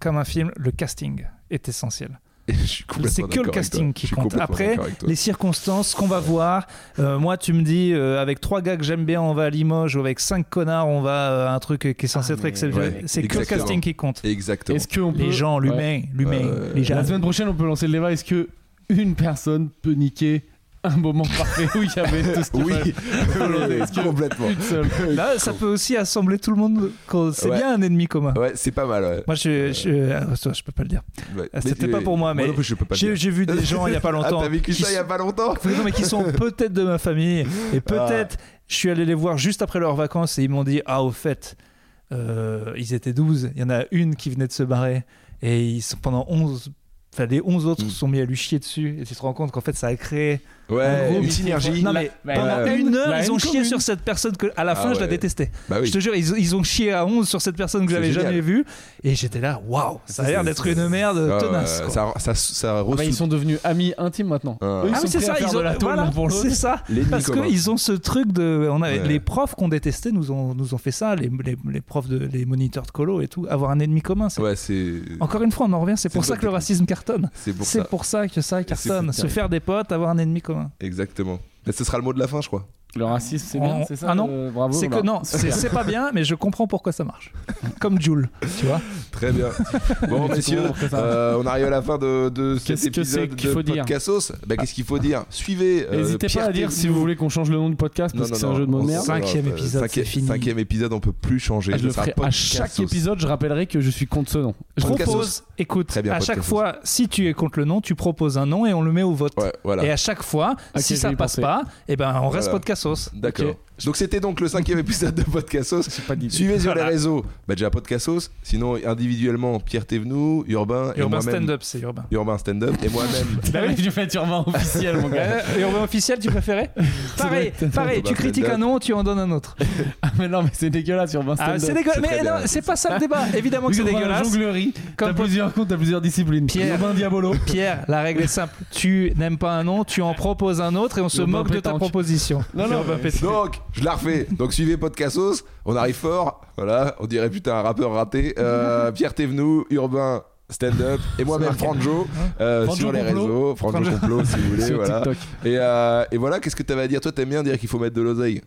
comme un film. Le casting est essentiel. Et je suis complètement C'est que le d'accord avec casting toi. qui Je suis compte. complètement Après, d'accord avec toi. Les circonstances, ce qu'on va voir. Euh, moi, tu me dis, euh, avec trois gars que j'aime bien, on va à Limoges, ou avec cinq connards, on va euh, à un truc qui est censé Ah, être mais- exceptionnel. Ouais, c'est que le exactement. casting qui compte. Exactement. Est-ce qu'on peut. Les gens, l'humain, l'humain, Euh, les gens. La semaine prochaine, on peut lancer le débat. Est-ce que une personne peut niquer un moment parfait où il y avait tout ce qu'il Oui, [laughs] fallait Est-ce que- complètement. Une seule. Là, ça peut aussi assembler tout le monde. quand C'est Ouais. bien un ennemi commun. Ouais, c'est pas mal. ouais. Moi, je, je, ah, ça, je peux pas le dire. Ouais. Ah, c'était Mais- pas pour moi, mais non plus, je peux pas le J'ai dire. j'ai vu des gens il y a pas [laughs] longtemps. Ah, t'as vécu qui ça il y a Ah. pas longtemps Non, mais qui [laughs] sont peut-être de ma famille. Et peut-être, je suis allé les voir juste après leurs vacances et ils m'ont dit Ah, au fait, euh, ils étaient 12. Il y en a une qui venait de se barrer. Et ils sont pendant 11. Enfin, les 11 autres Mm. se sont mis à lui chier dessus. Et tu te rends compte qu'en fait, ça a créé. Ouais, gros, une mais- synergie. Non, mais La- pendant la haine- une heure, la ils ont haine chié bah, commune. sur cette personne que, à la Ah fin, je la ouais. détestais. Bah oui. Je te jure, ils, ils ont chié à 11 sur cette personne que C'est j'avais génial. jamais vue. Et j'étais là, waouh, ça a Ça, l'air c'est- d'être une merde Ah, ouais, tenace. quoi. ça, ça, ça Ah bah, ils ressoute sont devenus amis intimes maintenant. Ah. Eux, ils Ah sont oui, c'est prêts à ça, faire ils de ont, la tôle voilà, l'un pour l'autre. [laughs] c'est ça. l'ennemi Parce commun. qu'ils ont ce truc de. On avait, Ouais. Les profs qu'on détestait nous ont, nous ont fait ça, les, les, les profs, de, les moniteurs de colo et tout. Avoir un ennemi commun, c'est. Ouais, c'est. Encore une fois, on en revient, c'est C'est pour une ça bonne que le technique. racisme cartonne. C'est pour C'est ça. pour ça que ça cartonne. foutu, Se carrément. faire des potes, avoir un ennemi commun. Ah, Exactement. Et ce sera le mot de la fin, je crois. Le racisme, c'est bien, On- c'est ça Ah non, le- bravo. c'est que [laughs] Romain. non, c'est c'est pas bien, mais je comprends pourquoi ça marche. Comme Joule, tu vois. Très [laughs] bien. Bon, Mais messieurs, c'est bon, euh, on arrive à la fin de, de cet Qu'est-ce que c'est épisode qu'il de faut dire Podcastos. Bah, qu'est-ce Ah. qu'il faut dire Suivez. euh, N'hésitez pas Pierre à dire Thévenou. si vous voulez qu'on change le nom du podcast Non, parce non, que c'est non, un jeu de mots on- de merde. on- Cinquième euh, épisode, cinquième- c'est fini. Cinquième épisode, on peut plus changer. Ah, Ce je le sera ferai à chaque Podcastos. épisode, je rappellerai que je suis contre ce nom. Je Podcast Propose, écoute, Très bien, à podcast chaque fois, si tu es contre le nom, tu proposes un nom et on le met au vote. Ouais, voilà. Et à chaque fois, Ah, Ok, si je ça vais y passe penser. pas, eh ben on reste Voilà. podcastos. D'accord. Ok. Donc c'était donc le cinquième épisode de Podcastos. C'est pas d'idée. Suivez sur Voilà. les réseaux, bah déjà Podcastos, sinon individuellement Pierre Thévenou, Urbain, et Urbain moi-même. stand-up, c'est urbain. Urbain Stand-up et [laughs] moi-même. Bah [laughs] oui, tu fais turban officiel, mon gars. Euh, urbain officiel, tu [laughs] préférais Pareil, pareil. Tu Urbain critiques un stand-up. nom, tu en donnes un autre. Ah, [laughs] mais non, mais c'est dégueulasse sur Ah, c'est Vincent. dégueulasse. c'est Mais très non, bien. c'est pas ça le débat. Évidemment que c'est dégueulasse. jonglerie. T'as Comme plusieurs comptes, t'as plusieurs disciplines. Pierre. Urbain [laughs] Diabolo. Pierre, la règle est simple. Tu n'aimes pas un nom, tu en proposes un autre et on se Urbain moque de ta pétanque. proposition. Non, non, Urbain mais- pétanque. Donc, je la refais. Donc, suivez Podcastos. On arrive fort. Voilà, on dirait putain un rappeur raté. [laughs] Euh, Pierre Thévenou, Urbain Stand-up et moi-même marqué. Franjo euh, Franjo sur les Complot. réseaux. Franjo Franjo. Complot, si [laughs] vous voulez. Sur voilà. TikTok. Ben, Et, euh, et voilà, qu'est-ce que t'avais à dire Toi, t'aimes bien dire qu'il faut mettre de l'oseille.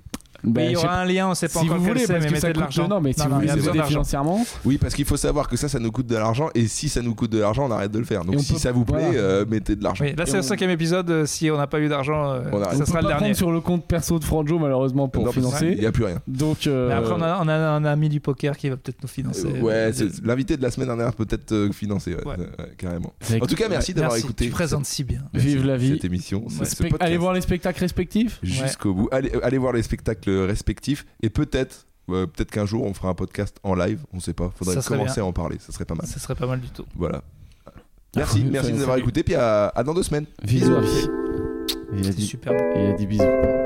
Bah, Mais il y je sais aura un lien, on sait pas si encore vous quel voulez, c'est, parce mais que ça mettez de coûte l'argent. non, mais si vous il voulez y c'est a nous besoin aider d'argent. financièrement, Oui, parce qu'il faut savoir que ça, ça nous coûte de l'argent. Et si ça nous coûte de l'argent, on arrête de le faire. Et Donc, on si peut- ça vous plaît, voilà. euh, mettez de l'argent. Oui, là, c'est Et le on- cinquième épisode. euh, Si on n'a pas eu d'argent, euh, On arrête. ça on peut sera pas le dernier. prendre sur le compte perso de Franjo malheureusement Non, pour parce que Il n'y financer. a plus rien. Donc euh, Mais après, on a, on a un ami du poker qui va peut-être nous financer. Euh, ouais, c'est- l'invité de la semaine dernière peut-être euh, financé. ouais, Ouais. ouais, carrément. c'est- En tout cas, merci d'avoir Merci, écouté Tu présentes si bien. vive la vie. cette émission. ce- Ouais. ce Spec- podcast. Allez voir les spectacles respectifs. jusqu'au bout. Allez, allez voir les spectacles respectifs et peut-être, euh, peut-être qu'un jour on fera un podcast en live. On sait pas. Faudrait Ça serait commencer à en parler. Ça serait pas mal. Ce serait pas mal du tout. Voilà. Merci, merci Ah, de salut. nous avoir écoutés. Puis à, à dans deux semaines. Bisous. Bisous. Il a C'est dit, superbe. il a dit bisous.